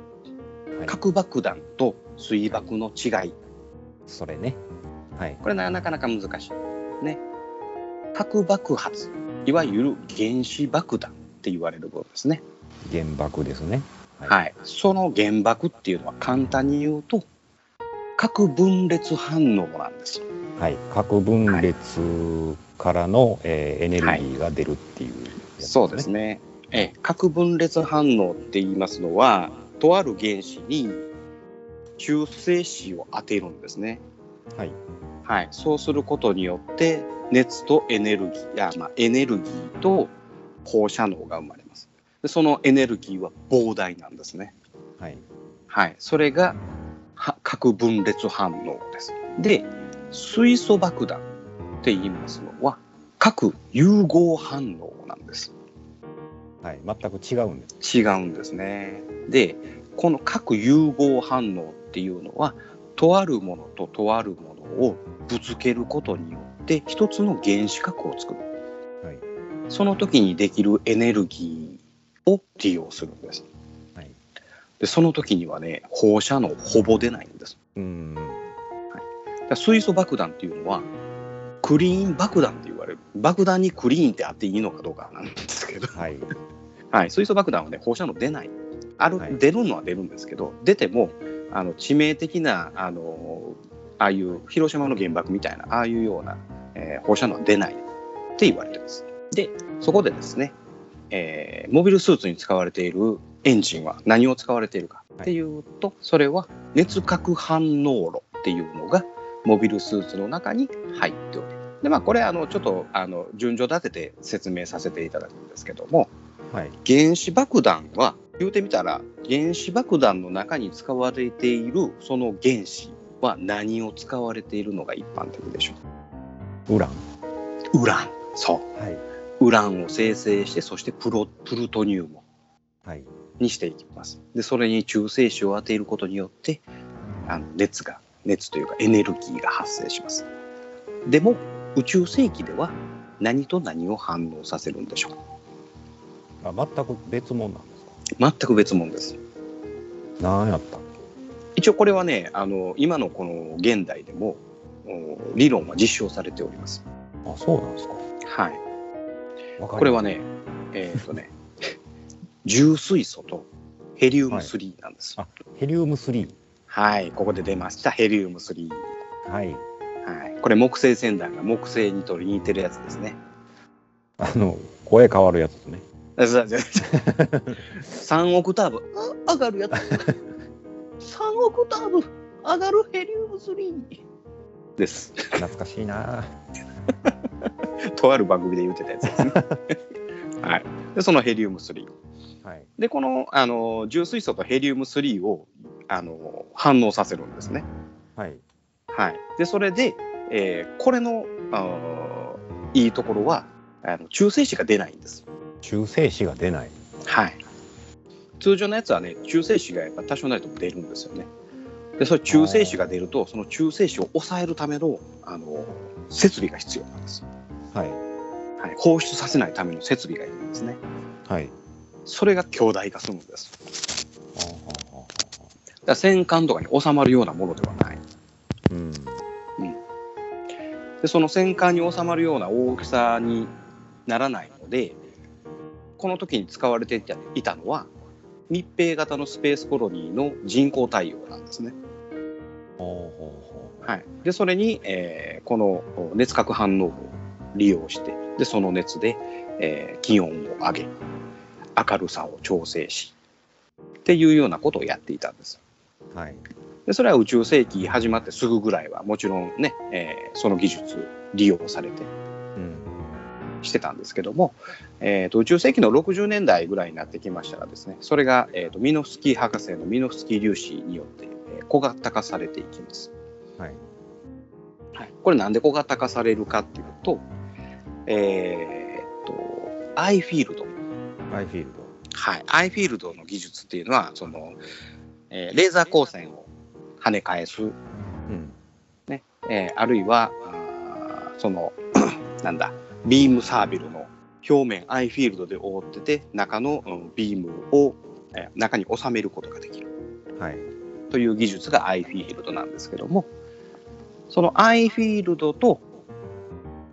[SPEAKER 2] い
[SPEAKER 1] 核爆弾と水爆の違い
[SPEAKER 2] それねはい
[SPEAKER 1] これななかなか難しい。ね。核爆発、いわゆる原子爆弾って言われるものですね。
[SPEAKER 2] 原爆ですね
[SPEAKER 1] は
[SPEAKER 2] はいい、
[SPEAKER 1] その原爆っていうのは簡単に言うと、核分裂反応なんです。
[SPEAKER 2] はい核分裂からの、えーエネルギーが出るっていう、
[SPEAKER 1] そうです
[SPEAKER 2] ね
[SPEAKER 1] ね。ええ核分裂反応って言いますのは、とある原子に中性子を当てるんですね。
[SPEAKER 2] はい
[SPEAKER 1] はい、そうすることによって熱とエネルギーや、まあ、エネルギーと放射能が生まれますでそのエネルギーは膨大なんですね、
[SPEAKER 2] はい
[SPEAKER 1] はい、それがは核分裂反応ですで水素爆弾って言いますのは核融合反応なんです
[SPEAKER 2] はい全く違うんです
[SPEAKER 1] 違うんですねでこの核融合反応っていうのはとあるものととあるものをぶつけることによって一つの原子核を作る
[SPEAKER 2] はい
[SPEAKER 1] その時にできるエネルギーを利用するんです
[SPEAKER 2] はい
[SPEAKER 1] でその時にはね放射能ほぼ出ないんです
[SPEAKER 2] うーん
[SPEAKER 1] だから水素爆弾っていうのはクリーン爆弾って言われる爆弾にクリーンってあっていいのかどうかなんですけど
[SPEAKER 2] はい
[SPEAKER 1] はい、水素爆弾はね放射能出ないある、
[SPEAKER 2] はい
[SPEAKER 1] 出るのは出るんですけど出てもあの致命的なあのああいう広島の原爆みたいなああいうような、えー放射能は出ないって言われてますでそこでですね、えーモビルスーツに使われているエンジンは何を使われているかっていうと、それは熱核反応炉っていうのがモビルスーツの中に入っておりますでまあこれあのちょっとあの順序立てて説明させていただくんですけども、
[SPEAKER 2] はい
[SPEAKER 1] 原子爆弾は言うてみたら原子爆弾の中に使われているその原子は何を使われているのが一般的でしょ
[SPEAKER 2] ウラン
[SPEAKER 1] うウランそ
[SPEAKER 2] はいう
[SPEAKER 1] ウランを生成してそしてプロプルトニウム
[SPEAKER 2] はい
[SPEAKER 1] にしていきますでそれに中性子を当てることによってあの熱が熱というかエネルギーが発生しますでも宇宙世紀では何と何を反応させるんでしょう
[SPEAKER 2] あ全く別物なんです
[SPEAKER 1] 全
[SPEAKER 2] か
[SPEAKER 1] く別物です
[SPEAKER 2] 何やったっ
[SPEAKER 1] 一応これはねあの今のこの現代でもお理論は実証されております。
[SPEAKER 2] けあそうなんですか
[SPEAKER 1] はい、
[SPEAKER 2] わかり
[SPEAKER 1] これはねえっ、とね <laughs> 重水素とヘリウム
[SPEAKER 2] はい
[SPEAKER 1] 3なんです。
[SPEAKER 2] あヘリウム3
[SPEAKER 1] はい、ここで出ましたヘリウム3。
[SPEAKER 2] はい
[SPEAKER 1] はい、これ木星センダーが木星に取りに似てるやつですね。
[SPEAKER 2] あの声変わるやつですね
[SPEAKER 1] 3オクターブあ上がるやつ3オクターブ上がるヘリウム3です
[SPEAKER 2] 懐かしいな
[SPEAKER 1] とある番組で言ってたやつですね <laughs> はいでそのヘリウム3
[SPEAKER 2] はい
[SPEAKER 1] でこのあの重水素とヘリウム3をあの反応させるんですね
[SPEAKER 2] はい
[SPEAKER 1] はい、でそれで、えーこれのあのーいいところはあの中性子が出ないんです、
[SPEAKER 2] 中性子が出ない
[SPEAKER 1] はい、通常のやつはね中性子がやっぱ多少なりとも出るんですよねでそれ中性子が出るとその中性子を抑えるためのあの設備が必要なんです、
[SPEAKER 2] はい
[SPEAKER 1] はい、放出させないための設備がいるんですね
[SPEAKER 2] はい
[SPEAKER 1] それが強大化するんですだか
[SPEAKER 2] はあはあはあはあ
[SPEAKER 1] ら戦艦とかに収まるようなものではない
[SPEAKER 2] うん
[SPEAKER 1] でその戦艦に収まるような大きさにならないのでこの時に使われていたのは密閉型のスペースコロニーの人工太陽なんですね。
[SPEAKER 2] ほうほう
[SPEAKER 1] はい、でそれに、えーこの熱核反応を利用してでその熱で、えー気温を上げ明るさを調整しっていうようなことをやっていたんです。
[SPEAKER 2] ほうはい
[SPEAKER 1] でそれは宇宙世紀始まってすぐぐらいはもちろんね、えーその技術利用されて
[SPEAKER 2] うん
[SPEAKER 1] してたんですけども、えーと宇宙世紀の60年代ぐらいになってきましたらですねそれが、えーとミノフスキー博士のミノフスキー粒子によって、えー小型化されていきます、
[SPEAKER 2] はい
[SPEAKER 1] はい、これなんで小型化されるかっていうとえーとアイフィールド
[SPEAKER 2] アイフィール
[SPEAKER 1] はい、アイフィールドの技術っていうのはその、えーレーザー光線を跳ね返す
[SPEAKER 2] ドうん
[SPEAKER 1] えーあるいはあーその <clears throat> なんだビームサービルの表面アイフィールドで覆ってて中の、うんビームを、えー中に収めることができる
[SPEAKER 2] はい
[SPEAKER 1] という技術がアイフィールドなんですけどもそのアイフィールドと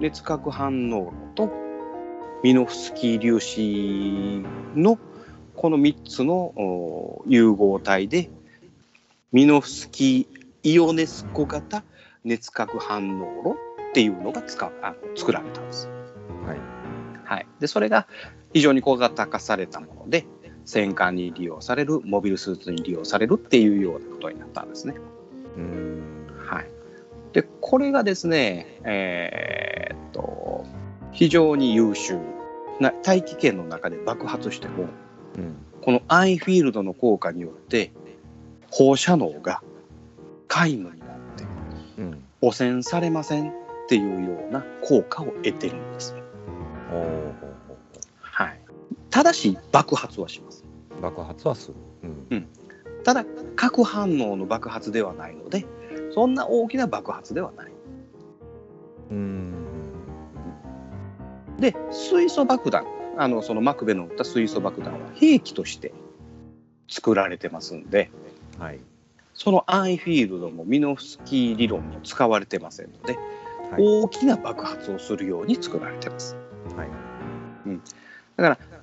[SPEAKER 1] 熱核反応炉とミノフスキー粒子のこの3つのおー融合体でミノフスキーイオネスコ型熱核反応炉っていうのが使うあの作られたんです。
[SPEAKER 2] はい
[SPEAKER 1] はい、でそれが非常に小型化されたもので戦艦に利用されるモビルスーツに利用されるっていうようなことになったんですね。
[SPEAKER 2] うーん
[SPEAKER 1] はい、でこれがですねえーっと非常に優秀な大気圏の中で爆発しても
[SPEAKER 2] うん
[SPEAKER 1] このアイフィールドの効果によって放射能が皆無になって
[SPEAKER 2] うん
[SPEAKER 1] 汚染されませんっていうような効果を得てるんです。
[SPEAKER 2] ほうほうほ
[SPEAKER 1] はい、ただし爆発はします。
[SPEAKER 2] う爆発はするうん
[SPEAKER 1] ただ核反応の爆発ではないのでそんな大きな爆発ではない。
[SPEAKER 2] うーん
[SPEAKER 1] で水素爆弾あのそのマクベの撃った水素爆弾は兵器として作られてますんで
[SPEAKER 2] はい
[SPEAKER 1] そのアイフィールドもミノフスキー理論も使われてませんので、
[SPEAKER 2] はい
[SPEAKER 1] 大きな爆発をするように作られてます。
[SPEAKER 2] はい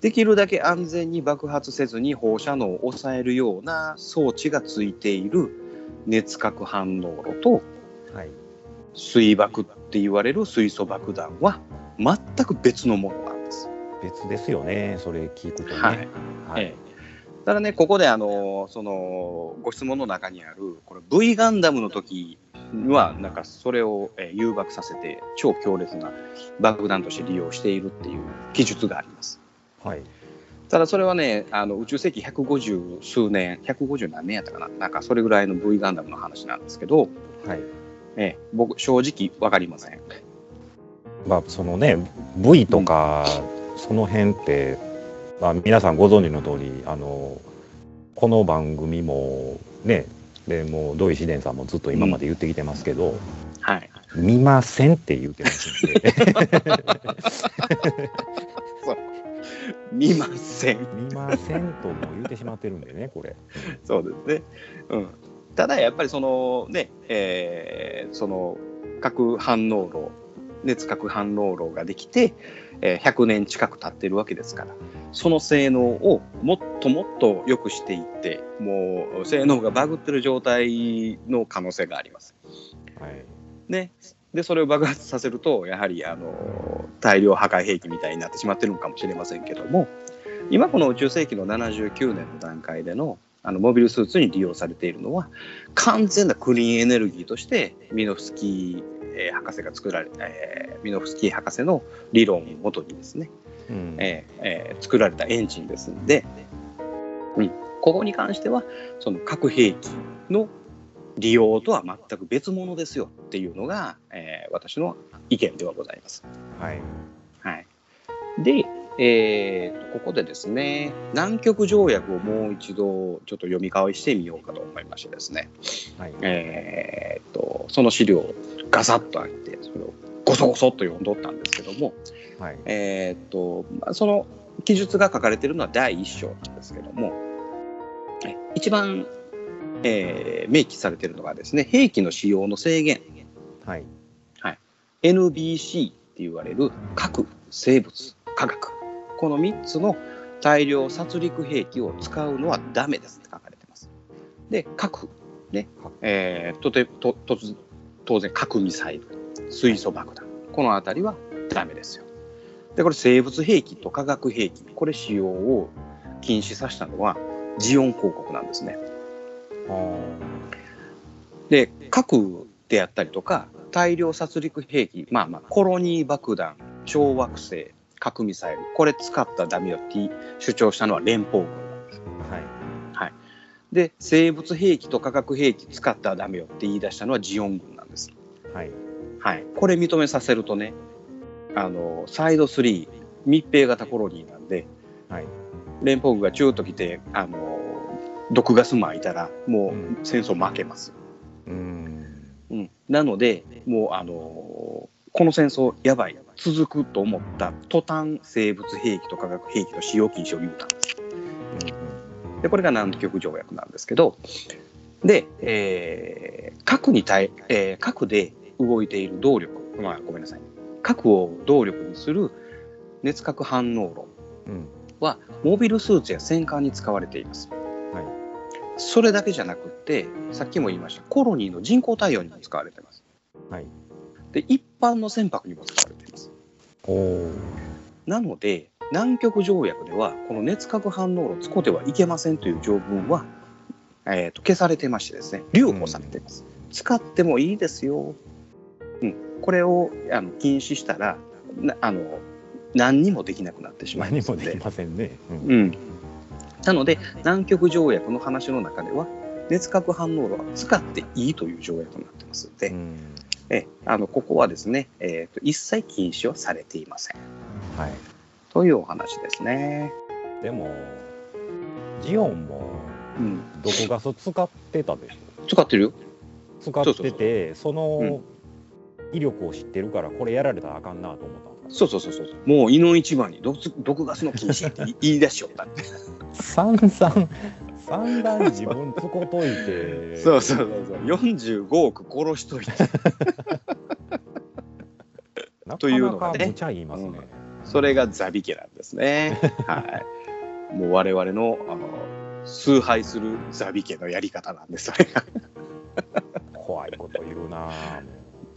[SPEAKER 1] できるだけ安全に爆発せずに放射能を抑えるような装置がついている熱核反応炉と
[SPEAKER 2] はい
[SPEAKER 1] 水爆って言われる水素爆弾は全く別のものなんです。
[SPEAKER 2] 別ですよねそれ聞くとね
[SPEAKER 1] はいええただねここであのそのご質問の中にあるこれ V ガンダムの時はなんかそれをえー誘爆させて超強烈な爆弾として利用しているっていう記述があります。
[SPEAKER 2] はい
[SPEAKER 1] ただそれはねあの宇宙世紀150数年150何年やったかななんかそれぐらいの V ガンダムの話なんですけど、
[SPEAKER 2] はい
[SPEAKER 1] ええ僕正直わかりません。
[SPEAKER 2] まあそのね V とかその辺って、まあ、皆さんご存知の通りあのこの番組もねでもう土井紫伝さんもずっと今まで言ってきてますけど、
[SPEAKER 1] はい、
[SPEAKER 2] 見ませんって言ってますん <laughs> で
[SPEAKER 1] 見ません。
[SPEAKER 2] 見ませんとも言ってしまってるんでねこれ
[SPEAKER 1] <laughs> そうですね。うん。ただやっぱりそのね、えーその核反応炉、熱核反応炉ができて、えー100年近く経ってるわけですから、その性能をもっともっと良くしていって、もう性能がバグってる状態の可能性があります。
[SPEAKER 2] はい
[SPEAKER 1] ね。で、それを爆発させると、やはりあの、大量破壊兵器みたいになってしまってるのかもしれませんけども今この宇宙世紀の79年の段階でのあのモビルスーツに利用されているのは完全なクリーンエネルギーとしてミノフスキー、えー博士が作られ、えーミノフスキー博士の理論をもとにですね
[SPEAKER 2] うん
[SPEAKER 1] えーえー作られたエンジンですんで、うん、ここに関してはその核兵器の利用とは全く別物ですよっていうのが、えー私の意見ではございます。
[SPEAKER 2] はい
[SPEAKER 1] はい、で、えーとここでですね南極条約をもう一度ちょっと読み返してみようかと思いましてですね、
[SPEAKER 2] はい
[SPEAKER 1] えーっとその資料をガサッと開いてそれをゴソゴソっと読んどったんですけども、
[SPEAKER 2] はい
[SPEAKER 1] えーっとまあその記述が書かれているのは第1章なんですけどもえ一番、えー明記されているのがですね兵器の使用の制限
[SPEAKER 2] はい
[SPEAKER 1] NBC って言われる核生物化学この3つの大量殺戮兵器を使うのはダメですって書かれてます。で核ね
[SPEAKER 2] 核、
[SPEAKER 1] えーとてと突当然核ミサイル水素爆弾この辺りはダメですよ。でこれ生物兵器と化学兵器これ使用を禁止させたのはジオン公国なんですね。
[SPEAKER 2] あー
[SPEAKER 1] で核であったりとか大量殺戮兵器まあまあコロニー爆弾小惑星核ミサイルこれ使ったらダメよって主張したのは連邦軍
[SPEAKER 2] はい
[SPEAKER 1] で生物兵器と化学兵器使ったらダメよって言い出したのはジオン軍なんです、
[SPEAKER 2] はい
[SPEAKER 1] はい、これ認めさせるとねあのサイド3密閉型コロニーなんで
[SPEAKER 2] はい
[SPEAKER 1] 連邦軍がチューッと来てあの毒ガス撒いたらも
[SPEAKER 2] うん
[SPEAKER 1] う戦争負けますよ
[SPEAKER 2] うん
[SPEAKER 1] うん、なので、もう、あのーこの戦争、やばい、続くと思った途端、生物兵器と化学兵器の使用禁止を言うたんです。で、これが南極条約なんですけど、で、えー核に対、えー核で動いている動力、まあ、ごめんなさい、核を動力にする熱核反応炉
[SPEAKER 2] うんうん
[SPEAKER 1] はモビルスーツや戦艦に使われています。
[SPEAKER 2] はい
[SPEAKER 1] それだけじゃなくってさっきも言いましたコロニーの人工対応にも使われてます。
[SPEAKER 2] はい
[SPEAKER 1] で一般の船舶にも使われています。
[SPEAKER 2] おお
[SPEAKER 1] なので南極条約ではこの熱核反応炉を使ってはいけませんという条文は、えーと消されてましてですね留保されています。使ってもいいですよ。うん、これをあの禁止したらなあの何にもできなくなってしまい
[SPEAKER 2] 何
[SPEAKER 1] ます
[SPEAKER 2] も
[SPEAKER 1] の
[SPEAKER 2] で
[SPEAKER 1] で
[SPEAKER 2] き。ませんね、うん
[SPEAKER 1] うん、なので南極条約の話の中では熱核反応炉は使っていいという条約になってますので、
[SPEAKER 2] うん
[SPEAKER 1] えあのここはですね、えーと一切禁止はされていません
[SPEAKER 2] はい
[SPEAKER 1] というお話ですね。
[SPEAKER 2] でもジオンも
[SPEAKER 1] うん、
[SPEAKER 2] 毒ガス使ってたでし
[SPEAKER 1] 使ってるよ。
[SPEAKER 2] ょ使っててその
[SPEAKER 1] う
[SPEAKER 2] 威力を知ってるからこれやられたらあかんなと思ったんです
[SPEAKER 1] そうそうそうそう。もう胃の一番に毒毒ガスの禁止って <laughs> 言い言い出しよったって。
[SPEAKER 2] 散々散々自分つこといて
[SPEAKER 1] そうそうそうそう。45億殺しといて。
[SPEAKER 2] な
[SPEAKER 1] と
[SPEAKER 2] か
[SPEAKER 1] いう
[SPEAKER 2] な
[SPEAKER 1] のが
[SPEAKER 2] か
[SPEAKER 1] ね
[SPEAKER 2] 無茶言いますね
[SPEAKER 1] それがザビ家なんです <laughs> ね。はい。もう我々のあの崇拝するザビ家のやり方なんです。それが、
[SPEAKER 2] 怖いこと言うなぁ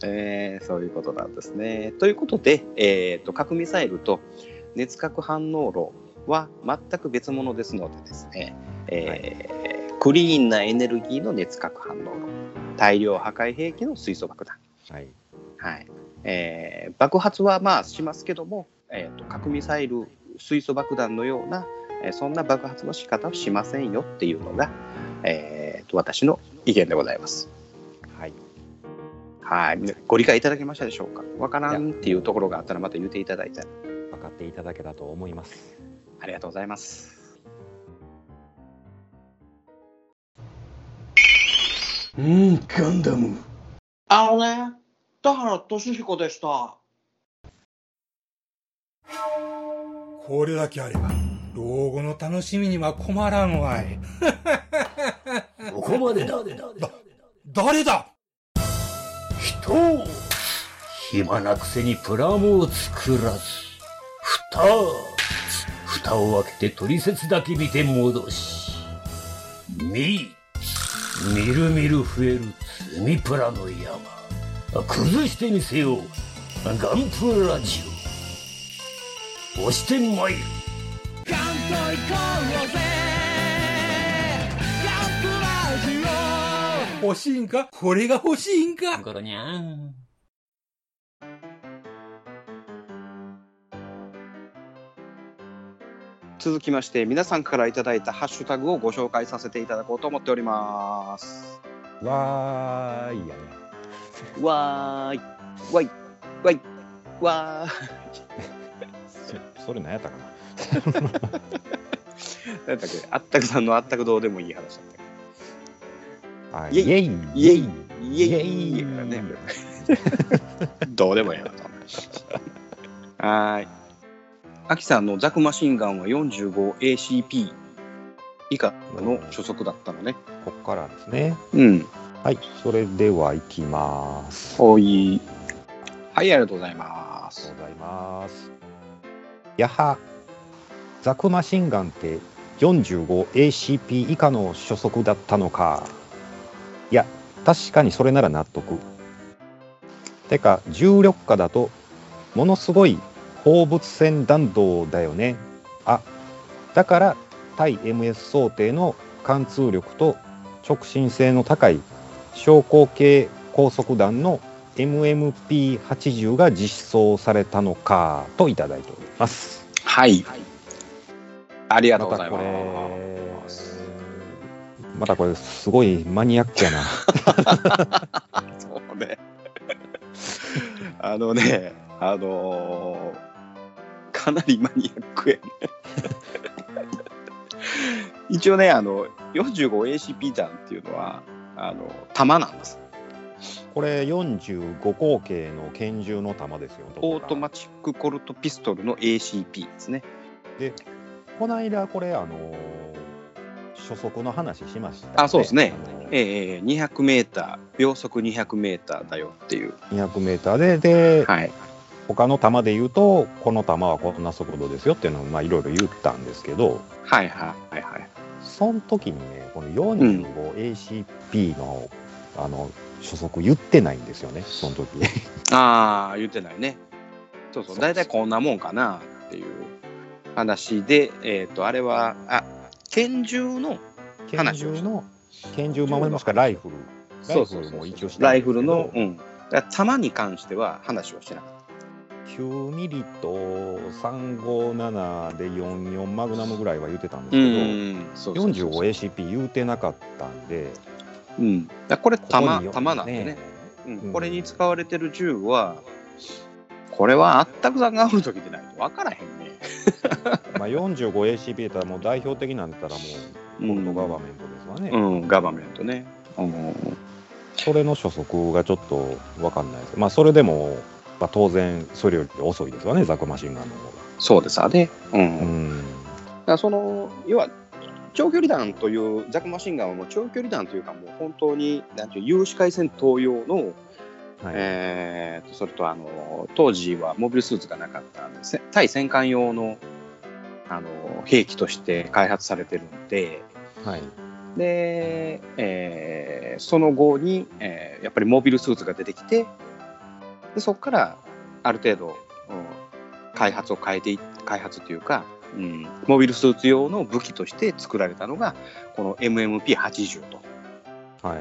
[SPEAKER 1] えーそういうことなんですね。ということで、えーと核ミサイルと熱核反応炉は全く別物ですのでですね、えークリーンなエネルギーの熱核反応炉大量破壊兵器の水素爆弾
[SPEAKER 2] はい
[SPEAKER 1] はいえー爆発はまあしますけども、えーと核ミサイル水素爆弾のような、えーそんな爆発の仕方をしませんよっていうのが、えーと私の意見でございます。
[SPEAKER 2] はい
[SPEAKER 1] はい、ご理解いただけましたでしょうか。わからんっていうところがあったらまた言っていただいたら
[SPEAKER 2] 分かっていただけたと思います
[SPEAKER 1] ありがとうございます。
[SPEAKER 8] うん、ガンダム。
[SPEAKER 9] あのね、田原俊彦でした。
[SPEAKER 8] これだけあれば、老後の楽しみには困らんわい。 <laughs>
[SPEAKER 10] ここまでだ。
[SPEAKER 8] 誰だ
[SPEAKER 10] 人を暇なくせにプラモを作らず、蓋を、蓋を開けて取説だけ見て戻し、み、みるみる増える積みプラの山、崩してみせよう、ガンプラジオ。押してまいる
[SPEAKER 11] カンと行こうぜ
[SPEAKER 8] 欲しいんかこれが欲しいんか
[SPEAKER 10] ゴロニャン。
[SPEAKER 1] 続きまして皆さんからいただいたハッシュタグをご紹介させていただこうと思っております
[SPEAKER 2] わーいやね
[SPEAKER 1] わーいわいわいわ
[SPEAKER 2] そそれ何やったかな
[SPEAKER 1] ーいなんだっけあったくさんのあったくどうでもいい話だったっ
[SPEAKER 2] あ
[SPEAKER 1] イ
[SPEAKER 2] イ
[SPEAKER 1] エ
[SPEAKER 2] エ
[SPEAKER 1] イ
[SPEAKER 2] イ
[SPEAKER 1] イエイけいえいえい
[SPEAKER 2] イエイ
[SPEAKER 1] えねどうでもいいなとはーいアキさんのザクマシンガンは 45ACP 以下の所属だったのね
[SPEAKER 2] <laughs> こっからですね
[SPEAKER 1] うん
[SPEAKER 2] はいそれではいきます
[SPEAKER 1] おいはいありがとうございます
[SPEAKER 2] ありがとうございますやはザクマシンガンって 45ACP 以下の初速だったのかいや確かにそれなら納得てか重力下だとものすごい放物線弾道だよねあだから対 MS 想定の貫通力と直進性の高い昇降系高速弾の MMP80 が実装されたのかといただいております。
[SPEAKER 1] はい。ありがとうござい
[SPEAKER 2] またこれ
[SPEAKER 1] ます。
[SPEAKER 2] またこれすごいマニアックやな。
[SPEAKER 1] そうね。あのね、あのーかなりマニアックやね。 <laughs> 一応ね、あの、45ACP 弾っていうのは、あの、弾なんです。
[SPEAKER 2] これ45口径の拳銃の弾ですよ。
[SPEAKER 1] オートマチックコルトピストルの ACP ですね。
[SPEAKER 2] この間これあのー初速の話しました、
[SPEAKER 1] あ、そうですね
[SPEAKER 2] あの。
[SPEAKER 1] ええええ200メーター、秒速200メーターだよっていう。
[SPEAKER 2] 200メーターでで、
[SPEAKER 1] はい。
[SPEAKER 2] 他の弾で言うとこの弾はこんな速度ですよっていうのをまあいろいろ言ったんですけど
[SPEAKER 1] はいはいはいはい。
[SPEAKER 2] その時にねこの 45ACP の,、あの初速言ってないんですよねその時
[SPEAKER 1] ああ、言ってないね。そうそう、大体こんなもんかなっていう話で、えっ、と、あれは、あ拳銃の
[SPEAKER 2] 拳
[SPEAKER 1] <laughs> 話
[SPEAKER 2] 銃
[SPEAKER 1] をした
[SPEAKER 2] の拳銃守りますかライフルライフルも一応して
[SPEAKER 1] ラ
[SPEAKER 2] る
[SPEAKER 1] イ
[SPEAKER 2] んで
[SPEAKER 1] フ
[SPEAKER 2] すけど
[SPEAKER 1] ルの、うん。だから弾に関しては話をしてなかっ
[SPEAKER 2] 9ミリと357で44マグナムぐらいは言ってたん
[SPEAKER 1] た
[SPEAKER 2] で
[SPEAKER 1] けど。
[SPEAKER 2] す
[SPEAKER 1] そ
[SPEAKER 2] け
[SPEAKER 1] うそ
[SPEAKER 2] ど、
[SPEAKER 1] うそうそう
[SPEAKER 2] 45ACP 言うてなかったんで、
[SPEAKER 1] うん。だからこれ弾、
[SPEAKER 2] ここに
[SPEAKER 1] 弾なんでね。う、
[SPEAKER 2] うんん
[SPEAKER 1] これに使われてる銃は、これはあったくさんがおる時でないと分からへんね。
[SPEAKER 2] まあ、45ACP ったらもう代表的なんだったらもうコルトガバメントですわね、
[SPEAKER 1] うん、ガバメントね。うん
[SPEAKER 2] それの初速がちょっと分かんないですまあそれでも、まあ、当然それより遅いですわねザクマシンガンの方
[SPEAKER 1] そうですわね。うん
[SPEAKER 2] がうん
[SPEAKER 1] だからその要は長距離弾というザクマシンガンはもう長距離弾というかもう本当になんていう有刺回戦投用の、
[SPEAKER 2] はい
[SPEAKER 1] えーとそれとあの当時はモビルスーツがなかったんでせ対戦艦用のあの兵器として開発されてるんで
[SPEAKER 2] はい
[SPEAKER 1] で、えーその後に、えーやっぱりモビルスーツが出てきてでそこからある程度、うん開発を変えてい開発というか、うん、モビルスーツ用の武器として作られたのがこの MMP80 と
[SPEAKER 2] は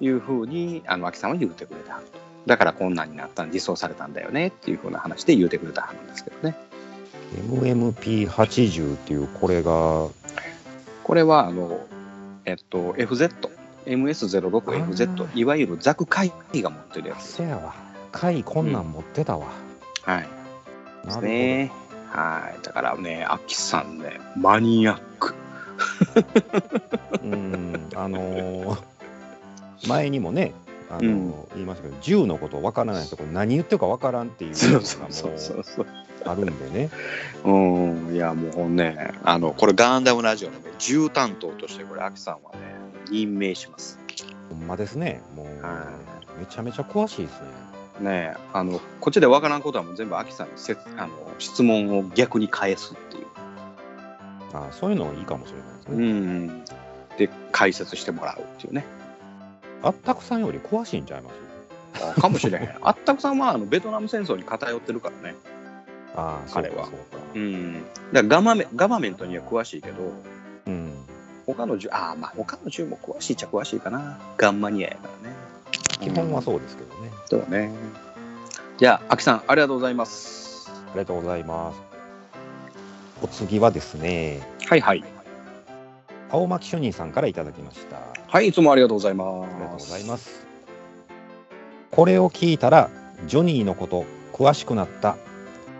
[SPEAKER 2] い
[SPEAKER 1] いうふうにあの秋さんは言うてくれたはずとだからこんなんになったん実装されたんだよねっていうふうな話で言うてくれたはずなんですけどね
[SPEAKER 2] MMP80 っていうこれが
[SPEAKER 1] これはあのえっと FZMS06FZ いわゆるザク海が持ってるやつ
[SPEAKER 2] せやわ貝こんなん持ってたわ、
[SPEAKER 1] はいで
[SPEAKER 2] なる
[SPEAKER 1] す
[SPEAKER 2] ほど
[SPEAKER 1] ね。はい。だからね、アキさんね、マニアック。
[SPEAKER 2] うんあの <laughs> ー前にもね、あのー言いましたけど銃のこと分からないとこれ何言ってるか分からんっていうのがもう
[SPEAKER 1] そう。
[SPEAKER 2] あるんでね
[SPEAKER 1] うん。いや、もうね、あの、これガンダムラジオのね、重担当として、これ、アキさんはね、任命します。
[SPEAKER 2] ほんまですねもう
[SPEAKER 1] は
[SPEAKER 2] めちゃめちゃ詳しいですね
[SPEAKER 1] い。ねえあの、こっちでわからんことはもう全部アキさんにせあの質問を逆に返すっていう。
[SPEAKER 2] あそういうのいいかもしれないですね、
[SPEAKER 1] うん。で、解説してもらうっていうね。
[SPEAKER 2] あったくさんより詳しいんちゃいます
[SPEAKER 1] <laughs> あかもしれへん。あったくさんは、あの、ベトナム戦争に偏ってるからね。
[SPEAKER 2] あ
[SPEAKER 1] 彼は。うん、だからガマメガバメントには詳しいけど、
[SPEAKER 2] うん、
[SPEAKER 1] 他の銃、ああ、まあ他の銃も詳しいっちゃ詳しいかな。ガンマニアやからね。
[SPEAKER 2] 基本はそうですけどね。
[SPEAKER 1] そうね。じゃあ、秋さん、ありがとうございます。
[SPEAKER 2] ありがとうございます。お次はですね、
[SPEAKER 1] はいはい。
[SPEAKER 2] 青巻主任さんからいただきました。あ
[SPEAKER 1] はい、いつもありがとうございます。
[SPEAKER 2] りがとうございます。これを聞いたら、ジョニーのこと、詳しくなった。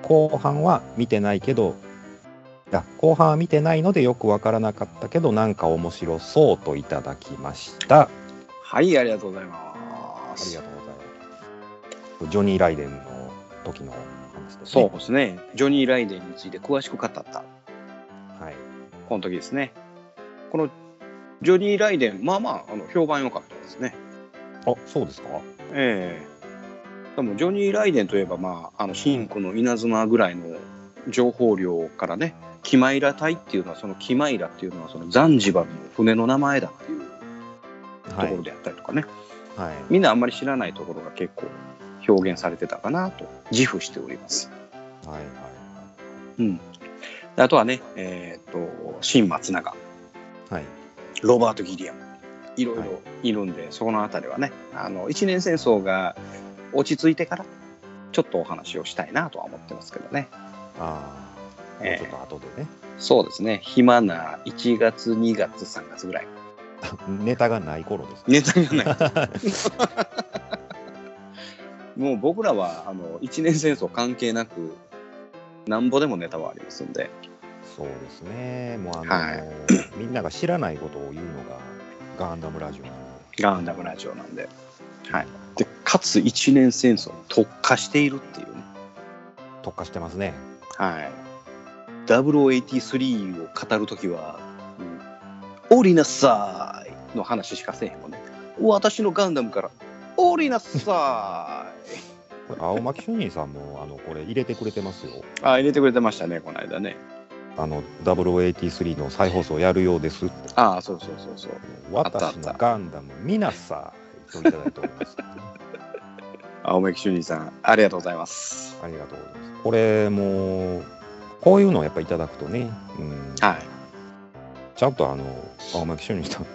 [SPEAKER 2] 後半は見てないけど、あ後半は見てないのでよくわからなかったけど、なんか面白そうといただきました。あ
[SPEAKER 1] はい、ありがとうございま
[SPEAKER 2] り
[SPEAKER 1] す。
[SPEAKER 2] がとうございます。ジョニー・ライデンの時の話です
[SPEAKER 1] そう
[SPEAKER 2] ね。
[SPEAKER 1] ですね。ジョニー・ライデンについて詳しく語った。
[SPEAKER 2] はい。
[SPEAKER 1] この時ですね。このジョニー・ライデン、まあまあ、あの評判良かったですね。
[SPEAKER 2] あ、そうですか
[SPEAKER 1] ええでもジョニー・ライデンといえば、まあ、あの新庫の稲妻ぐらいの情報量からね、キマイラ隊っていうのは、そのキマイラっていうのは、そのザンジバルの船の名前だっていうと
[SPEAKER 2] はい
[SPEAKER 1] ころであったりとかね、
[SPEAKER 2] はい。
[SPEAKER 1] みんなあんまり知らないところが結構表現されてたかなと自負しております。
[SPEAKER 2] はいはい。
[SPEAKER 1] うん、あとはね、えーっと、新松永、
[SPEAKER 2] はい。
[SPEAKER 1] ロバート・ギリアム、いろいろいるんで、そこのあたりはね、あの一年戦争が落ち着いてから、ちょっとお話をしたいなとは思ってますけどね。
[SPEAKER 2] ああ、もう
[SPEAKER 1] え
[SPEAKER 2] ちょっと後でね。 <laughs>
[SPEAKER 1] そうですね、暇な1月、2月、3月ぐらい。 <laughs>
[SPEAKER 2] ネタがない頃ですね。
[SPEAKER 1] ネタがない。もう僕らはあの一年戦争関係なく、なんぼでもネタはありますんで、
[SPEAKER 2] そうですね。もうあの、
[SPEAKER 1] はい
[SPEAKER 2] みんなが知らないことを言うのがガンダムラジオなんで。
[SPEAKER 1] ガンダムラジオなんで。はい、でかつ一年戦争に特化しているっていうね。
[SPEAKER 2] 特化してますね。
[SPEAKER 1] はい。0083を語るときは、うん、降りなさいの話しかせえへんもんね。私のガンダムから、降りなさい
[SPEAKER 2] これ青巻主任さんもあのこれ入れてくれてますよ。
[SPEAKER 1] あ、入れてくれてましたね、この間ね。
[SPEAKER 2] あの0083の再放送やるようですって。
[SPEAKER 1] ああ、そうそうそうそう。ったあっ
[SPEAKER 2] 私
[SPEAKER 1] た
[SPEAKER 2] のガンダムミナサーといただいております。
[SPEAKER 1] 青巻俊二さん、ありがとうございます。
[SPEAKER 2] ありがとうございます。これもうこういうのをやっぱいただくとね、うん、
[SPEAKER 1] はい。
[SPEAKER 2] ちゃんとあの青巻主任さん。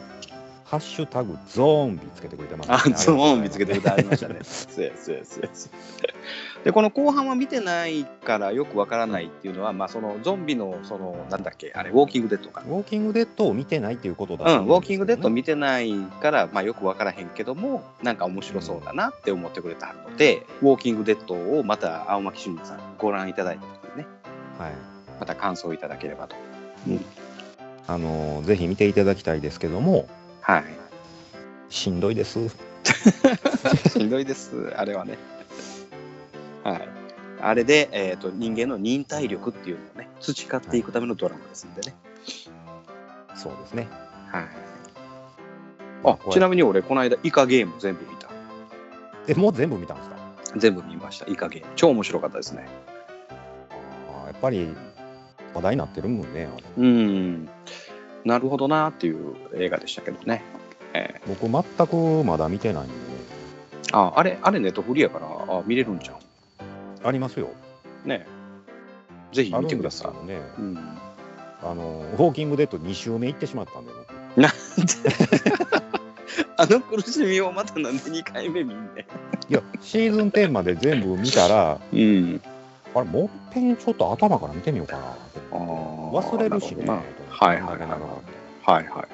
[SPEAKER 2] ハッシュタグゾーンビつけてくれてますね、
[SPEAKER 1] あ、ズボン見つけてくれてありました
[SPEAKER 2] ね。
[SPEAKER 1] ね。
[SPEAKER 2] <laughs>
[SPEAKER 1] すやすやすやすで、この後半は見てないからよくわからないっていうのは、まあ、そのゾンビの、その、なんだっけ、あれ、ウォーキングデッドか。
[SPEAKER 2] ウォーキングデッドを見てないっていうことだ
[SPEAKER 1] う
[SPEAKER 2] と
[SPEAKER 1] ん、ウ
[SPEAKER 2] 思
[SPEAKER 1] ォ
[SPEAKER 2] う
[SPEAKER 1] ー
[SPEAKER 2] ん
[SPEAKER 1] キ
[SPEAKER 2] ですけ
[SPEAKER 1] ング
[SPEAKER 2] どね、
[SPEAKER 1] デッド見てないから、まあ、よく分からへんけどもなんか面白そうだなって思ってくれたので、ウォーキングデッドをまた青巻俊二さんご覧いただいた時にね
[SPEAKER 2] はい。
[SPEAKER 1] また感想いただければと
[SPEAKER 2] あのーぜひ見ていただきたいですけども、
[SPEAKER 1] はい
[SPEAKER 2] しんどいです。
[SPEAKER 1] <laughs> しんどいですあれはねはいあれで、えー、と人間の忍耐力っていうのをね培っていくためのドラマですんでね、
[SPEAKER 2] そうですね。
[SPEAKER 1] はい、
[SPEAKER 2] 怖
[SPEAKER 1] あ
[SPEAKER 2] い
[SPEAKER 1] ちなみに俺この間イカゲーム全部見た
[SPEAKER 2] え、もう全部見たんですか。
[SPEAKER 1] 全部見ましたイカゲーム超面白かったですね
[SPEAKER 2] あーやっぱり話題になってるもんね。あれ
[SPEAKER 1] うんなるほどなっていう映画でしたけどね
[SPEAKER 2] 僕全くまだ見てないんでね。
[SPEAKER 1] ああれ、あれネットフリーやからあ見れるんじゃん。
[SPEAKER 2] ありますよ。
[SPEAKER 1] ねえぜひ
[SPEAKER 2] あ
[SPEAKER 1] 見
[SPEAKER 2] る
[SPEAKER 1] て
[SPEAKER 2] ん
[SPEAKER 1] く
[SPEAKER 2] で
[SPEAKER 1] だ
[SPEAKER 2] す
[SPEAKER 1] さ
[SPEAKER 2] け
[SPEAKER 1] い
[SPEAKER 2] ど。ね。
[SPEAKER 1] うん、
[SPEAKER 2] あのウォーキングデッド2週目行ってしまったんで僕。
[SPEAKER 1] あの苦しみをまたなんで2回目見んね
[SPEAKER 2] いやシーズン10まで全部見たら、
[SPEAKER 1] うん。
[SPEAKER 2] あれもっぺんちょっと頭から見てみようかなって。
[SPEAKER 1] あ
[SPEAKER 2] 忘れるしね。
[SPEAKER 1] なるほどなはいはいはいはいはいはいはい。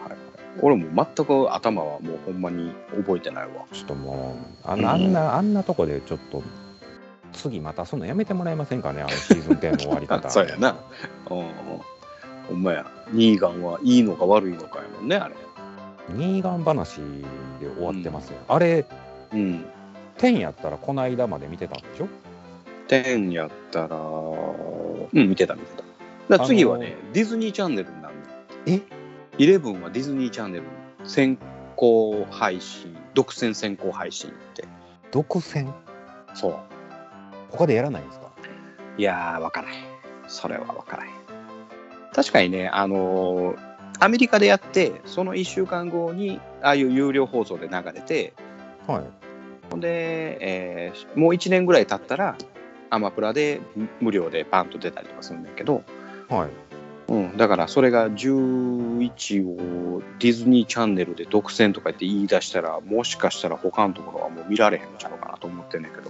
[SPEAKER 1] 俺も全く頭はもうほんまに覚えてないわ。
[SPEAKER 2] ちょっともうあ
[SPEAKER 1] うん
[SPEAKER 2] のあんなあんなとこでちょっと次またそのやめてもらえませんかねあのシーズン10の終わり
[SPEAKER 1] <laughs>
[SPEAKER 2] 方
[SPEAKER 1] そうやな。うん。ほんまや。ニーガンはいいのか悪いのかやもんね、あれ。
[SPEAKER 2] ニーガン話で終わってますよ、あれ
[SPEAKER 1] うん。
[SPEAKER 2] 10やったらこの間まで見てたんでしょ
[SPEAKER 1] 10やったら、うん、見てた見てた。だから次はね、ディズニーチャンネルになるの。
[SPEAKER 2] え
[SPEAKER 1] 11はディズニーチャンネル先行配信独占先行配信って
[SPEAKER 2] 独占
[SPEAKER 1] そう
[SPEAKER 2] 他でやらないんですか
[SPEAKER 1] いやー分からへんそれは分からへん確かにねあのーアメリカでやってその1週間後にああいう有料放送で流れて
[SPEAKER 2] はい
[SPEAKER 1] ほんで、えーもう1年ぐらい経ったらアマプラで無料でパンと出たりとかするんだけど、
[SPEAKER 2] はい
[SPEAKER 1] うん、だからそれが11をディズニーチャンネルで独占とか言って言い出したらもしかしたら他のところはもう見られへんのちゃうかなと思ってんねんけど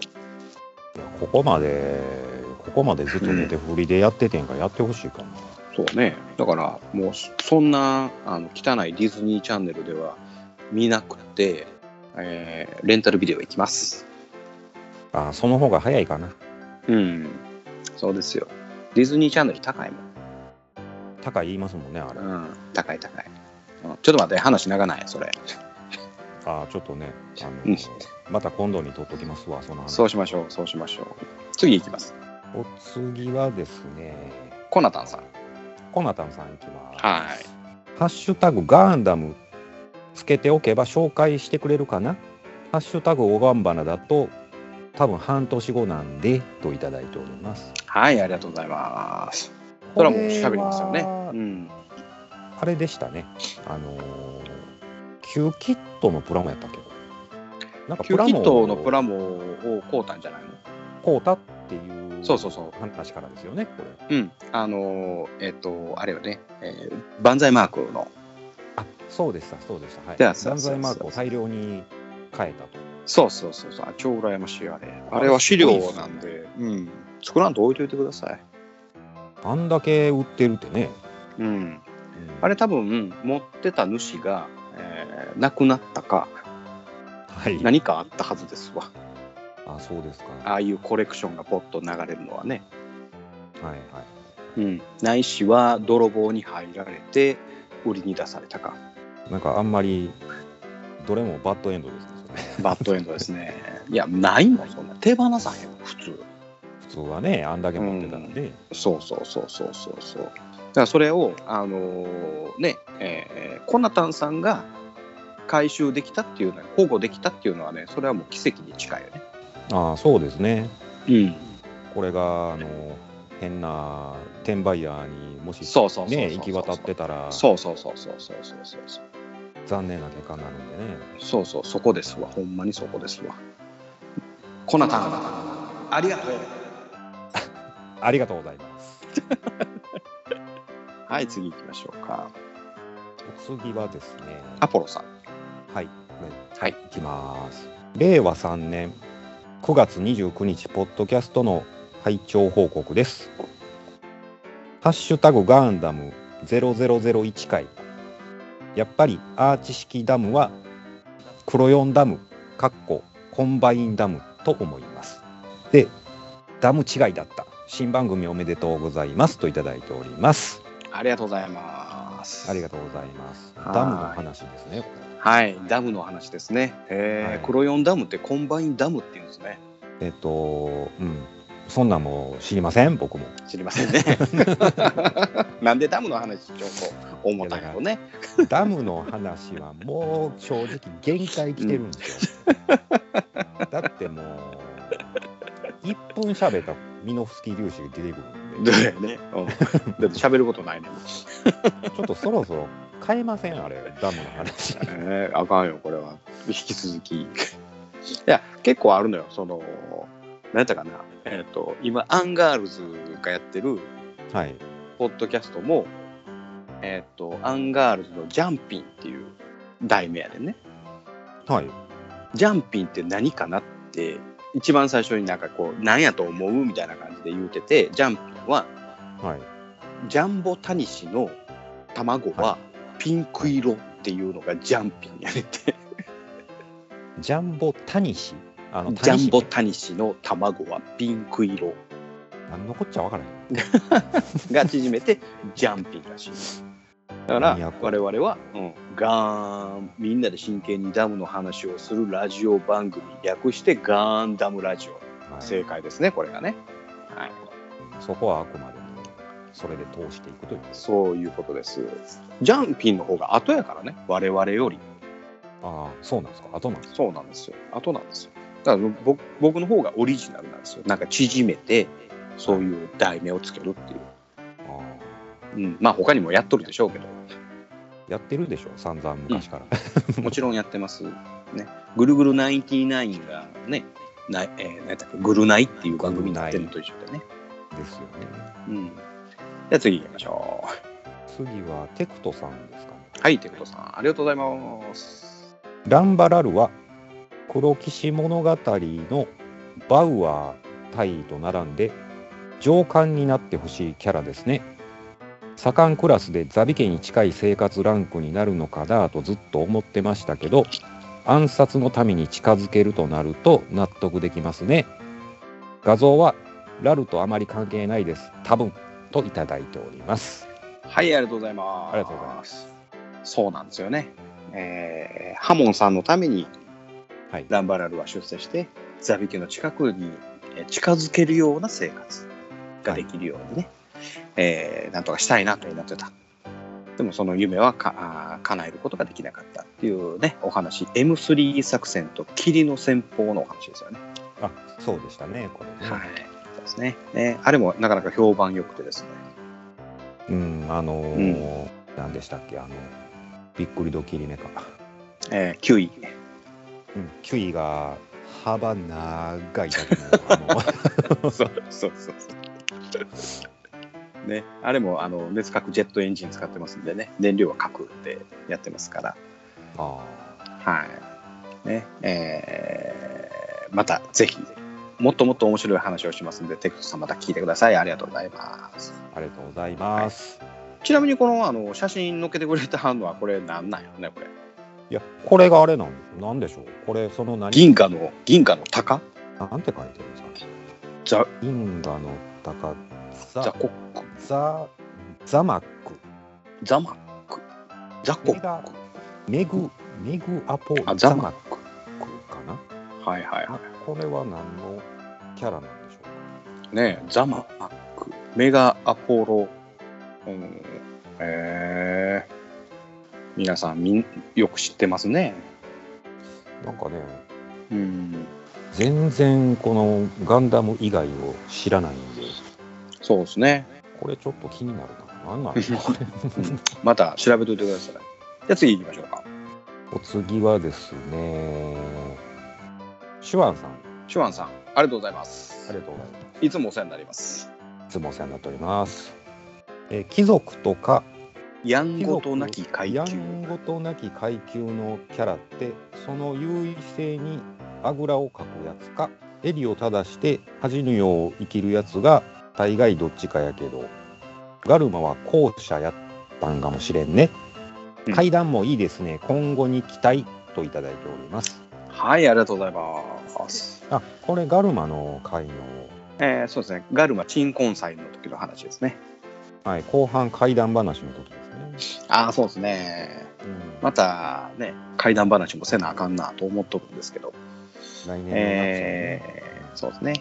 [SPEAKER 2] ここまでここまでずっと寝て振りでやっててんからやってほしいかな、
[SPEAKER 1] そうねだからもうそそんなあの汚いディズニーチャンネルでは見なくて、えーレンタルビデオ行きます
[SPEAKER 2] あその方が早いかな
[SPEAKER 1] うんそうですよディズニーチャンネル高いもん
[SPEAKER 2] 高い言いますもんねあれ、
[SPEAKER 1] うん、高い高い、うんちょっと待って話長ないそれ
[SPEAKER 2] あちょっとねあの、
[SPEAKER 1] うん
[SPEAKER 2] また今度に取っときますわその話
[SPEAKER 1] そうしましょうそうしましょう次行きます
[SPEAKER 2] お次はですね
[SPEAKER 1] コナタンさん
[SPEAKER 2] コナタンさんいきます
[SPEAKER 1] はい
[SPEAKER 2] ハッシュタグガンダムつけておけば紹介してくれるかなハッシュタグおがんばなだと多分半年後なんでといただいております。
[SPEAKER 1] はいありがとうございますそれはもう喋りますよね
[SPEAKER 2] これは
[SPEAKER 1] うん
[SPEAKER 2] あれでしたね。あのー、キューキットのプラモやったっけなんか
[SPEAKER 1] キ
[SPEAKER 2] プ
[SPEAKER 1] ュー
[SPEAKER 2] ラ
[SPEAKER 1] キットの
[SPEAKER 2] モ
[SPEAKER 1] プラモをこうたんじゃないの
[SPEAKER 2] こうたっていう
[SPEAKER 1] そうそうそう
[SPEAKER 2] 話からですよね、これ。
[SPEAKER 1] うんあのーえっ、とあれよね、えー、バンザイマークの
[SPEAKER 2] あそうでした、そうでした。はい。
[SPEAKER 1] ではそう
[SPEAKER 2] 断
[SPEAKER 1] そうそう
[SPEAKER 2] 罪マークを大量に変えたと。
[SPEAKER 1] そうそうそうそうあ超羨ましいあれあれは資料なんでうん作らんと置いといてください
[SPEAKER 2] あんだけ売ってるってね。
[SPEAKER 1] うんあれ多分持ってた主が、えー亡くなったか、
[SPEAKER 2] はい、
[SPEAKER 1] 何かあったはずですわ
[SPEAKER 2] あ、そうですか。
[SPEAKER 1] ああいうコレクションがポッと流れるのはね、
[SPEAKER 2] はいはい。
[SPEAKER 1] うん、ないしは泥棒に入られて売りに出されたか
[SPEAKER 2] なんかあんまりどれもバッドエンドですね。それ
[SPEAKER 1] バッドエンドですねいやないもんそんな手放さへん普通
[SPEAKER 2] 普通はね、あんだけ持ってたんで、
[SPEAKER 1] そうそうそうそうそうそうだからそれをあのーねえーコナタンさんが回収できたっていうのは保護できたっていうのはねそれはもう奇跡に近いよね
[SPEAKER 2] ああそうですね。
[SPEAKER 1] うん
[SPEAKER 2] これがあの変な転売ヤーにもし
[SPEAKER 1] そうそうそうそう
[SPEAKER 2] ね
[SPEAKER 1] そう
[SPEAKER 2] 行き渡ってたら
[SPEAKER 1] そうそうそうそうそうそうそうそう
[SPEAKER 2] 残念な結果になるんでね。
[SPEAKER 1] そうそうそこですわほんまにそこですわコナタンありがとう
[SPEAKER 2] ありがとうございます。
[SPEAKER 1] はい次行きましょうか
[SPEAKER 2] お次はですね、
[SPEAKER 1] アポロさん
[SPEAKER 2] はい、
[SPEAKER 1] はい
[SPEAKER 2] 行きます。令和3年9月29日、ポッドキャストの拝聴報告です。ハッシュタグガンダム0001回。やっぱりアーチ式ダムはクロヨンダム、かっこコンバインダムと思います。で、ダム違いだった。新番組おめでとうございますといただいております。
[SPEAKER 1] ありがとうございます
[SPEAKER 2] ありがとうございます。ダムの話ですね。これ
[SPEAKER 1] はいダムの話ですねえー
[SPEAKER 2] はい
[SPEAKER 1] クロヨンダムってコンバインダムっていうんですね
[SPEAKER 2] えっと、うん、そんなんも知りません、僕も。 <laughs>
[SPEAKER 1] 知りません <laughs> ねなんでダムの話ちょっと思ったんやろね
[SPEAKER 2] ダムの話はもう正直限界来てるんです
[SPEAKER 1] <laughs>
[SPEAKER 2] よ。だってもう、1分喋ったらミノフスキー粒子が出てくるん
[SPEAKER 1] ど
[SPEAKER 2] で、
[SPEAKER 1] うやね、うん、だって喋ることないねん、
[SPEAKER 2] ちょっとそろそろ変えません、あれ、ダムの話。
[SPEAKER 1] えーあかんよこれは引き続きいや結構あるのよその何やったかなえっ、と今アンガールズがやってる
[SPEAKER 2] はい。
[SPEAKER 1] ポッドキャストもえっ、とアンガールズの「ジャンピン」っていう題名やねんね
[SPEAKER 2] はい。
[SPEAKER 1] ジャンピンって何かなって一番最初になんかこう何やと思うみたいな感じで言うててジャンピンは
[SPEAKER 2] はい。
[SPEAKER 1] ジャンボタニシの卵はピンク色っていうのがジャンピンやねんって
[SPEAKER 2] ジャンボタニシ。あの、
[SPEAKER 1] ジャンボ
[SPEAKER 2] タニ
[SPEAKER 1] タニシの卵はピンク色
[SPEAKER 2] シ何のこっちゃわからへん。
[SPEAKER 1] が縮めてジャンピンらしい。だから
[SPEAKER 2] 何やこ
[SPEAKER 1] 我
[SPEAKER 2] れ
[SPEAKER 1] 々は、うん、ガーンみんなで真剣にダムの話をするラジオ番組略してガーンダムラジオ
[SPEAKER 2] はい
[SPEAKER 1] 正解ですねこれがね、はい、
[SPEAKER 2] そこはあくまでも、それで通していくという。
[SPEAKER 1] そういうことですジャンピンの方が後やからね我々より
[SPEAKER 2] ああ、そうなんですか。あとなんですか。
[SPEAKER 1] そうなんですよ後なんですよだから僕僕の方がオリジナルなんですよなんか縮めてそういう題名をつけるっていう、
[SPEAKER 2] ああ。
[SPEAKER 1] うん、まあ他にもやっとるでしょうけど <laughs>
[SPEAKER 2] やってるでしょ散々昔から、
[SPEAKER 1] もちろんやってます。ね、ぐるぐる99がね、なえー、何やったっけ、ぐるないっていう番組になってるのと一緒だね。
[SPEAKER 2] <laughs> ですよね。
[SPEAKER 1] うん。じゃあ次行きましょ
[SPEAKER 2] う。次はテクトさんですかね。
[SPEAKER 1] はい、テクトさん、ありがとうございます。
[SPEAKER 2] ランバラルは黒騎士物語のバウアー大尉と並んで上官になってほしいキャラですね。左官クラスでザビ家に近い生活ランクになるのかなとずっと思ってましたけど暗殺の民に近づけるとなると納得できますね。画像はラルとあまり関係ないです。多分といただいております。
[SPEAKER 1] はい、ありがとうございます。ありがとうございます。そうなんですよね。えーハモンさんのために、ランバラルは出世して、ザビ家の近くにえー近づけるような生活ができるようにね、えーなんとかしたいなと思ってた。でもその夢はかあー叶えることができなかったっていうね、お話、M3 作戦と霧の戦法のお話ですよね。
[SPEAKER 2] あそうでしたね、これ
[SPEAKER 1] はい、そうですね。ねあれもなかなか評判良くてですね。
[SPEAKER 2] うん、あのー何でしたっけ、あの、びっくりドキリメか。
[SPEAKER 1] えー、9位。
[SPEAKER 2] うん、9位が、幅長いだけ
[SPEAKER 1] <laughs> の、 <laughs> そうそうそうそう。ね、あれもあの熱核ジェットエンジン使ってますんでね、燃料は核でやってますから。はい。ね、えーまたぜひ、もっともっと面白い話をしますんで、テクトさんまた聞いてください。ありがとうございます。
[SPEAKER 2] ありがとうございます。
[SPEAKER 1] ちなみにこのあの写真載っけてくれたのはこれなんなんやろね、これ。
[SPEAKER 2] いや、これがあれなんです。なんでしょう。これ、その何
[SPEAKER 1] 銀河の、銀河の鷹
[SPEAKER 2] なんて書いてるんですか
[SPEAKER 1] ザ・
[SPEAKER 2] 銀河の鷹、ザ・
[SPEAKER 1] ザコッ
[SPEAKER 2] ク。ザ・ザマック。
[SPEAKER 1] ザマック。ザコ
[SPEAKER 2] ック。メグ、メグアポ、
[SPEAKER 1] あ
[SPEAKER 2] ザ
[SPEAKER 1] ザ
[SPEAKER 2] マ
[SPEAKER 1] マ
[SPEAKER 2] ッ
[SPEAKER 1] ッ
[SPEAKER 2] クかな
[SPEAKER 1] はいはいは
[SPEAKER 2] これは何のキャラなんでしょ
[SPEAKER 1] い。
[SPEAKER 2] う
[SPEAKER 1] ねえザマック、メガアポロ、うん、えー、皆さんみんよく知ってますね。
[SPEAKER 2] なんかね、
[SPEAKER 1] うん、
[SPEAKER 2] 全然このガンダム以外を知らないんで
[SPEAKER 1] そうですね
[SPEAKER 2] これちょっと気になるな何なん
[SPEAKER 1] <laughs>
[SPEAKER 2] でしょう
[SPEAKER 1] また調べといてくださいじゃあ次行きましょうか
[SPEAKER 2] お次はですねシュワンさん
[SPEAKER 1] シュワンさんありがとうございます
[SPEAKER 2] ありがとうございます
[SPEAKER 1] いつもお世話になります
[SPEAKER 2] いつもお世話になっております、えー貴族とか
[SPEAKER 1] やんごとなき階級
[SPEAKER 2] やんごとなき階級のキャラってその優位性にあぐらをかくやつか襟を正して恥じぬよう生きるやつが大概どっちかやけどガルマは後者やったんかもしれんね、階段もいいですね今後に期待といただいております
[SPEAKER 1] はいありがとうございます
[SPEAKER 2] あこれガルマの会の、
[SPEAKER 1] えー、そうですねガルマ鎮魂祭の時の話ですね
[SPEAKER 2] はい、後半階段話の時ですね
[SPEAKER 1] ああそうですね、またね怪談話もせなあかんなと思っとるんですけど
[SPEAKER 2] 来年の夏はね
[SPEAKER 1] えーそうですね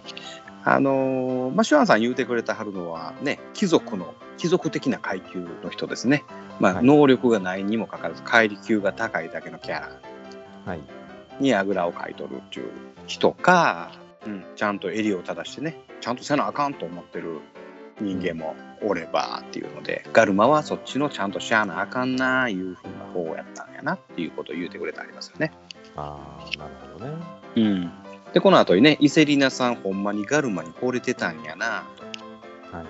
[SPEAKER 1] あのーまあ、シュワンさん言うてくれたはるのはね貴族の貴族的な階級の人ですね、まあ
[SPEAKER 2] はい
[SPEAKER 1] 能力がないにもかかわらず階級が高いだけのキャラ
[SPEAKER 2] はい
[SPEAKER 1] にあぐらをかいとるっていう人か、うん、ちゃんと襟を正してねちゃんとせなあかんと思ってる人間もおればっていうので、ガルマはそっちのちゃんとしゃあなあかんなあいうふうな方やったんやなっていうことを言うてくれてありますよね。
[SPEAKER 2] ああなるほどね
[SPEAKER 1] うん、でこの後にねイセリナさんほんまにガルマに惚れてたんやなと。
[SPEAKER 2] はい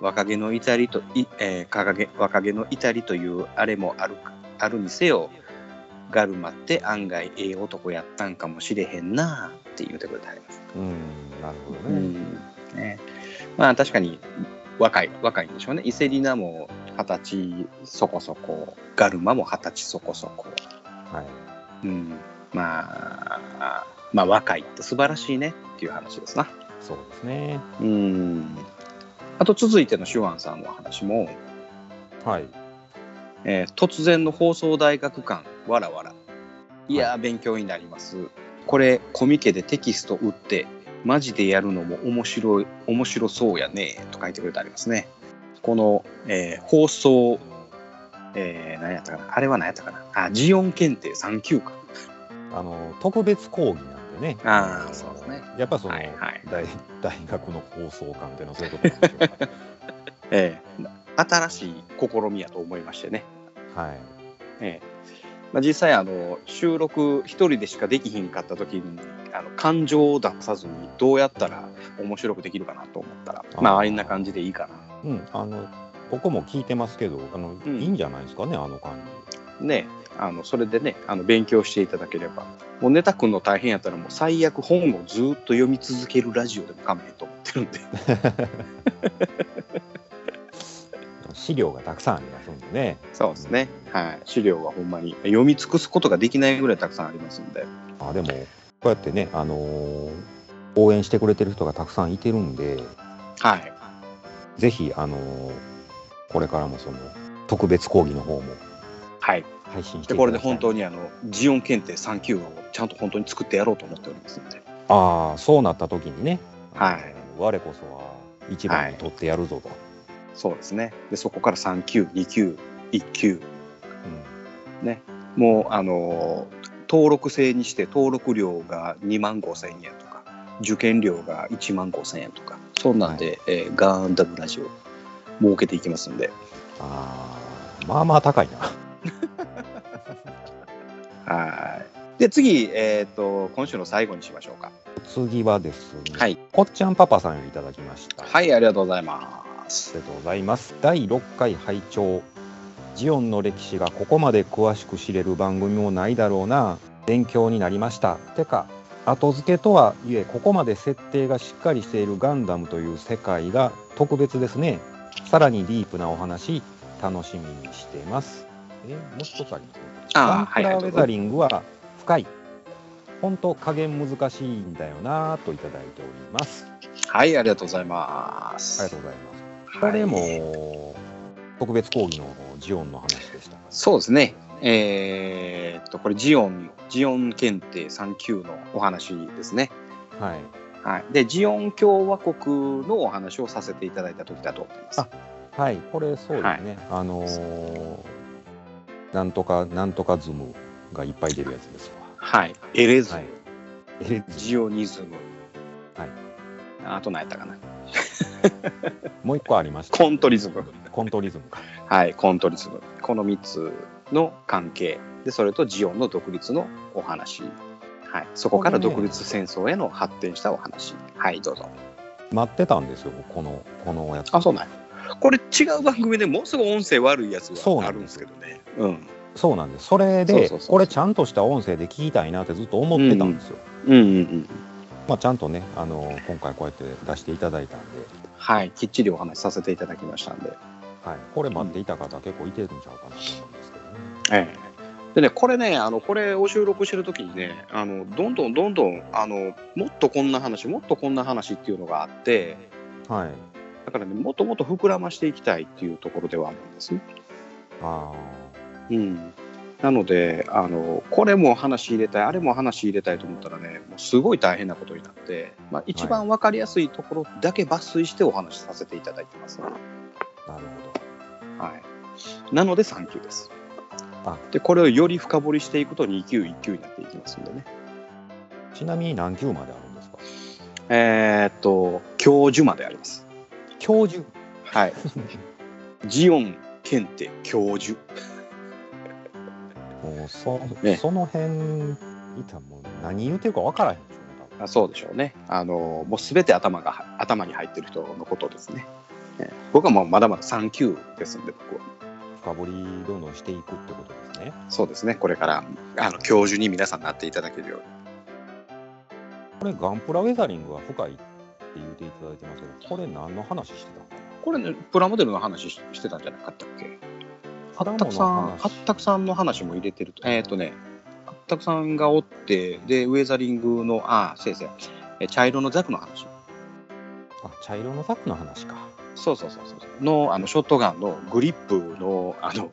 [SPEAKER 1] 若気の至りとい、えー、掲げ若気の至りというあれもあるかあるにせよガルマって案外ええ男やったんかもしれへんなって言うてくれてあります。
[SPEAKER 2] うんなるほど
[SPEAKER 1] う
[SPEAKER 2] ね、
[SPEAKER 1] んね、まあ確かに若い若いんでしょうね伊勢里奈も二十歳そこそこガルマも二十歳そこそこ、
[SPEAKER 2] はい
[SPEAKER 1] うん、まあまあ若いって素晴らしいねっていう話ですな
[SPEAKER 2] そうですね
[SPEAKER 1] うんあと続いてのシュワンさんの話も、
[SPEAKER 2] はい
[SPEAKER 1] えー突然の放送大学館わらわらいやー、勉強になりますこれコミケでテキスト打ってマジでやるのも面白い面白そうやねと書いてくれてありますねこの、えー放送、えー何やったかなあれは何やったかなあジオン検定3級か
[SPEAKER 2] あの特別講義なんでね
[SPEAKER 1] ああそうですね
[SPEAKER 2] やっぱその、大大学の放送官っていうのはそういうとこなんで
[SPEAKER 1] <laughs>
[SPEAKER 2] しょうか
[SPEAKER 1] ええ新しい試みやと思いましてね、
[SPEAKER 2] はい
[SPEAKER 1] ええまあ、実際あの収録一人でしかできひんかった時にあの感情を出さずにどうやったら面白くできるかなと思ったらまああんな感じでいいかな
[SPEAKER 2] うん、あの僕も聞いてますけどあの、いいんじゃないですかねあの感
[SPEAKER 1] ねあのそれでねあの勉強していただければもうネタくんの大変やったらもう最悪本をずっと読み続けるラジオでも構えと思ってるんで
[SPEAKER 2] じ資料がたくさんありますんでね
[SPEAKER 1] <laughs> そうですね、はい資料はほんまに読み尽くすことができないぐらいたくさんありますんで
[SPEAKER 2] あでもこうやってね、あのー応援してくれてる人がたくさんいてるんで
[SPEAKER 1] はい
[SPEAKER 2] ぜひ、あのーこれからもその特別講義の方も
[SPEAKER 1] はい
[SPEAKER 2] 配信して
[SPEAKER 1] で
[SPEAKER 2] い
[SPEAKER 1] これ
[SPEAKER 2] ただ
[SPEAKER 1] で
[SPEAKER 2] きたい
[SPEAKER 1] 本当にあのジオン検定3級をちゃんと本当に作ってやろうと思っておりますんで
[SPEAKER 2] ああそうなった時にね
[SPEAKER 1] はい
[SPEAKER 2] 我こそは一番に取ってやるぞと、
[SPEAKER 1] そうですね。で、そこから3級、2級、1級。ね。もう、あのー登録制にして登録料が2万5千円とか、受験料が1万5千円とか、そんなんで、えーガンダムラジオ、儲けていきますんで。
[SPEAKER 2] まあまあ高いな
[SPEAKER 1] はい。で、次、えっ、と、今週の最後にしましょうか。
[SPEAKER 2] 次はですね、
[SPEAKER 1] はい、
[SPEAKER 2] こっちゃんパパさんよりいただきました
[SPEAKER 1] はい、ありがとうございます。
[SPEAKER 2] ありがとうございます。第6回拝聴ジオンの歴史がここまで詳しく知れる番組もないだろうな。勉強になりました。てか、後付けとはいえ、ここまで設定がしっかりしているガンダムという世界が特別ですね。さらにディープなお話、楽しみにしています。え、もう一つありますね。ガン
[SPEAKER 1] ああ、
[SPEAKER 2] プラウェザリングは深い。ほんと加減難しいんだよなぁといただいております。
[SPEAKER 1] はい、ありがとうございます。
[SPEAKER 2] ありがとうございます。これも特別講義のジオンの話でした。
[SPEAKER 1] そうですね。えーっと、これ、ジオン、ジオン検定3級のお話ですね。
[SPEAKER 2] はい。
[SPEAKER 1] はい。で、ジオン共和国のお話をさせていただいた時だと思います。
[SPEAKER 2] はい、これそうですね。あのーなんとかなんとかズムがいっぱい出るやつですわ。
[SPEAKER 1] はい。エレズム、
[SPEAKER 2] エレ
[SPEAKER 1] ジオニズム。
[SPEAKER 2] はい。
[SPEAKER 1] あと何やったかな。
[SPEAKER 2] もう一個ありました。
[SPEAKER 1] コントリズム。
[SPEAKER 2] コントリズムか。
[SPEAKER 1] はい、コントリズム。この3つの関係。で、それとジオンの独立のお話。はい。そこから独立戦争への発展したお話。はい、どうぞ。
[SPEAKER 2] 待ってたんですよ。このこのやつ。
[SPEAKER 1] あ、そうなんやこれ違う番組でもうすぐ音声悪いやつ
[SPEAKER 2] そう
[SPEAKER 1] が
[SPEAKER 2] な
[SPEAKER 1] あ
[SPEAKER 2] ん
[SPEAKER 1] るん
[SPEAKER 2] で
[SPEAKER 1] ですすけどね。うん。
[SPEAKER 2] そうなんです。それで
[SPEAKER 1] そうそうそうそう
[SPEAKER 2] これちゃんとした音声で聞きたいなってずっと思ってたんですよ。
[SPEAKER 1] うんうんうん。
[SPEAKER 2] まあちゃんとね、あのー今回こうやって出していただいたんで、
[SPEAKER 1] はい、きっちりお話しさせていただきましたんで。
[SPEAKER 2] はい、これ待っていた方結構いてるんちゃうかなと思うんですけどね。
[SPEAKER 1] ええでね、これね、あのこれを収録してる時にね、あのどんどんどんどんあの、もっとこんな話、もっとこんな話っていうのがあって、
[SPEAKER 2] はい。
[SPEAKER 1] だからね、もっともっと膨らましていきたいっていうところではあるんですね。
[SPEAKER 2] あ
[SPEAKER 1] うん、なのであの、これも話入れたい、あれも話入れたいと思ったらね、もうすごい大変なことになって、まあ、一番分かりやすいところだけ抜粋してお話しさせていただいてます、
[SPEAKER 2] あ、なるほど。
[SPEAKER 1] はい、なので3級です
[SPEAKER 2] あ
[SPEAKER 1] でこれをより深掘りしていくと2級1級になっていきますんでね
[SPEAKER 2] ちなみに何級まであるんですか
[SPEAKER 1] えーっと教授まであります
[SPEAKER 2] 教授
[SPEAKER 1] はいジオン検定教授
[SPEAKER 2] もうそ,、
[SPEAKER 1] ね
[SPEAKER 2] その辺いたらもう何言うてるか分からへんでしょ
[SPEAKER 1] あそうでしょうねあのもう全て頭が頭に入ってる人のことですねね僕はもうまだまだ3級ですんで僕は
[SPEAKER 2] 深掘りどんどんしていくってことですね
[SPEAKER 1] そうですねこれからあの教授に皆さんなっていただけるように
[SPEAKER 2] これガンプラウェザリングは深いって言うていただいてますけどこれ何の話してたの
[SPEAKER 1] これねプラモデルの話ししてたんじゃなかったっけ
[SPEAKER 2] プラモ
[SPEAKER 1] たくさん、
[SPEAKER 2] の
[SPEAKER 1] あ
[SPEAKER 2] 話
[SPEAKER 1] ったくさんの話も入れてると、えっ、とね、あったくさんがおって、で、ウェザリングの、あ、先生、え茶色のザクの話、
[SPEAKER 2] あ茶色のザクの話か
[SPEAKER 1] そうそうそうそう、の、あの、ショットガンのグリップの、あの、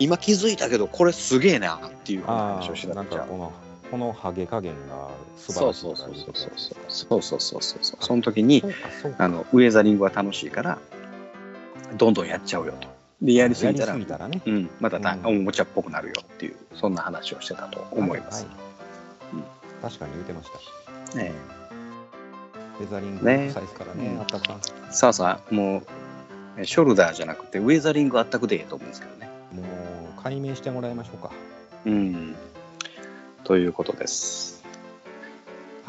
[SPEAKER 1] 今気づいたけど、これすげえなっていう
[SPEAKER 2] あ
[SPEAKER 1] 話をしてた
[SPEAKER 2] あなん
[SPEAKER 1] んじ
[SPEAKER 2] か
[SPEAKER 1] ゃん
[SPEAKER 2] このこのハゲ加減が素晴
[SPEAKER 1] そ
[SPEAKER 2] ら
[SPEAKER 1] う
[SPEAKER 2] しい
[SPEAKER 1] そ
[SPEAKER 2] と
[SPEAKER 1] う
[SPEAKER 2] か
[SPEAKER 1] そ
[SPEAKER 2] いうう
[SPEAKER 1] そう
[SPEAKER 2] こと
[SPEAKER 1] そうそうそうそうそうそうその時に
[SPEAKER 2] そうかそうか
[SPEAKER 1] あのウェザリングは楽しいからどんどんやっちゃうよとでやりすぎたら
[SPEAKER 2] やりすぎたらね
[SPEAKER 1] うん、まただ、おもちゃっぽくなるよっていうそんな話をしてたと思います、
[SPEAKER 2] はは確かに言うてました
[SPEAKER 1] ね
[SPEAKER 2] ウェザリング
[SPEAKER 1] ね
[SPEAKER 2] のサイズからね
[SPEAKER 1] うん
[SPEAKER 2] あったくさん
[SPEAKER 1] さあさあもうえショルダーじゃなくてウェザリングあったくでええと思うんですけどね
[SPEAKER 2] もう解明してもらいましょうか
[SPEAKER 1] うんということです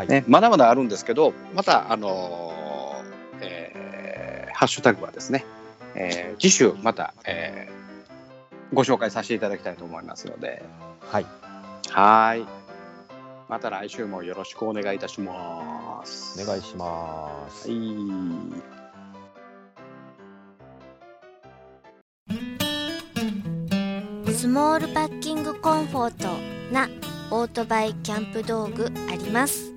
[SPEAKER 1] ね、まだまだあるんですけどまたあのーえーハッシュタグはですね、えー次週また、えーご紹介させていただきたいと思いますので
[SPEAKER 2] はい
[SPEAKER 1] はーいまた来週もよろしくお願いいたします
[SPEAKER 2] お願いします、
[SPEAKER 1] はい
[SPEAKER 12] スモールパッキングコンフォートなオートバイキャンプ道具あります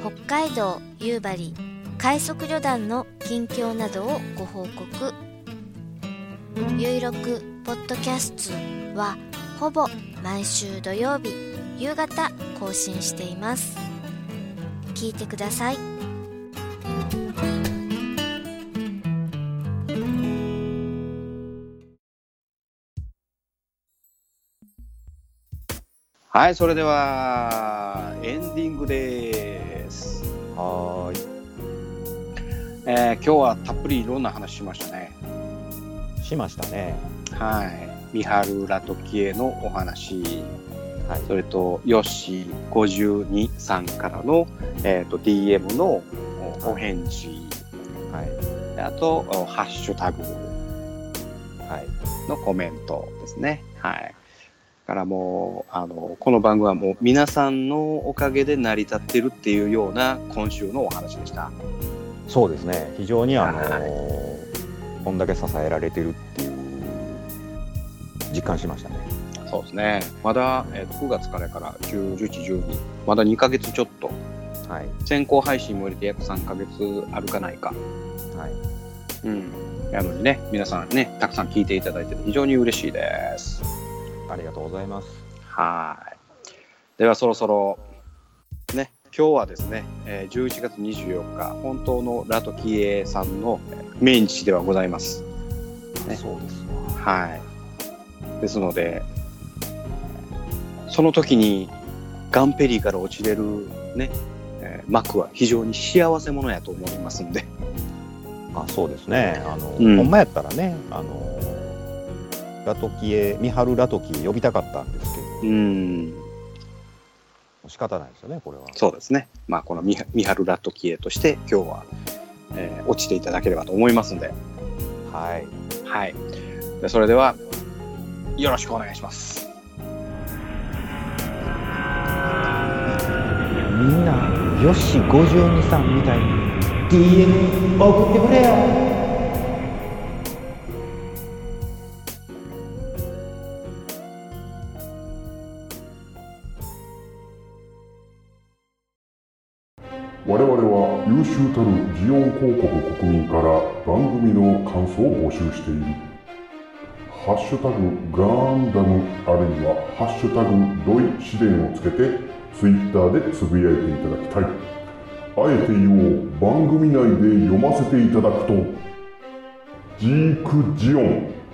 [SPEAKER 12] 北海道夕張快速旅団の近況などをご報告ゆいろくポッドキャストはほぼ毎週土曜日夕方更新しています聞いてください
[SPEAKER 1] はい、それではエンディングです。
[SPEAKER 2] はーい。
[SPEAKER 1] えー今日はたっぷりいろんな話しましたね。
[SPEAKER 2] しましたね
[SPEAKER 1] はい、三春ラトキエのお話、それとヨッシー52さんからの、えー、と DM のおお返事、はい、あとおハッシュタグのコメントですね。はいだからもうあのこの番組はもう皆さんのおかげで成り立ってるっていうような今週のお話でした。
[SPEAKER 2] そうですね非常にあのこんだけ支えられてるっていう実感しましたね
[SPEAKER 1] そうですね。まだ、えーと9月からやから10、11、12、まだ2ヶ月ちょっと。先行配信も入れて約3ヶ月あるかないか。うん。なのにね、皆さんね、たくさん聞いていただいて非常に嬉しいです。
[SPEAKER 2] ありがとうございます
[SPEAKER 1] はい。ではそろそろ、ね、今日はですね、えー11月24日、本当のラトキエさんの命日ではございます。
[SPEAKER 2] そうです
[SPEAKER 1] はい。ですので、その時にガンペリーから落ちれるね、えー幕は非常に幸せ者やと思いますんで。
[SPEAKER 2] あそうですねあの、
[SPEAKER 1] うん
[SPEAKER 2] ほんまやったらねあのラトキエ三春ラトキエ呼びたかったんですけど
[SPEAKER 1] うん。
[SPEAKER 2] 仕方ないですよねこれは
[SPEAKER 1] そうですね。まあ、このみ三春ラトキエとして、今日は、えー落ちていただければと思いますんで。
[SPEAKER 2] はい。
[SPEAKER 1] はい。でそれでは、よろしくお願いします。
[SPEAKER 6] みんなよし52さんみたいに DM 送ってくれよ
[SPEAKER 4] 我々は優秀たるジオン広告国民から番組の感想を募集しているハッシュタグガンダムあるいはハッシュタグドイ試練をつけてツイッターでつぶやいていただきたいあえて言おう番組内で読ませていただくとジークジオン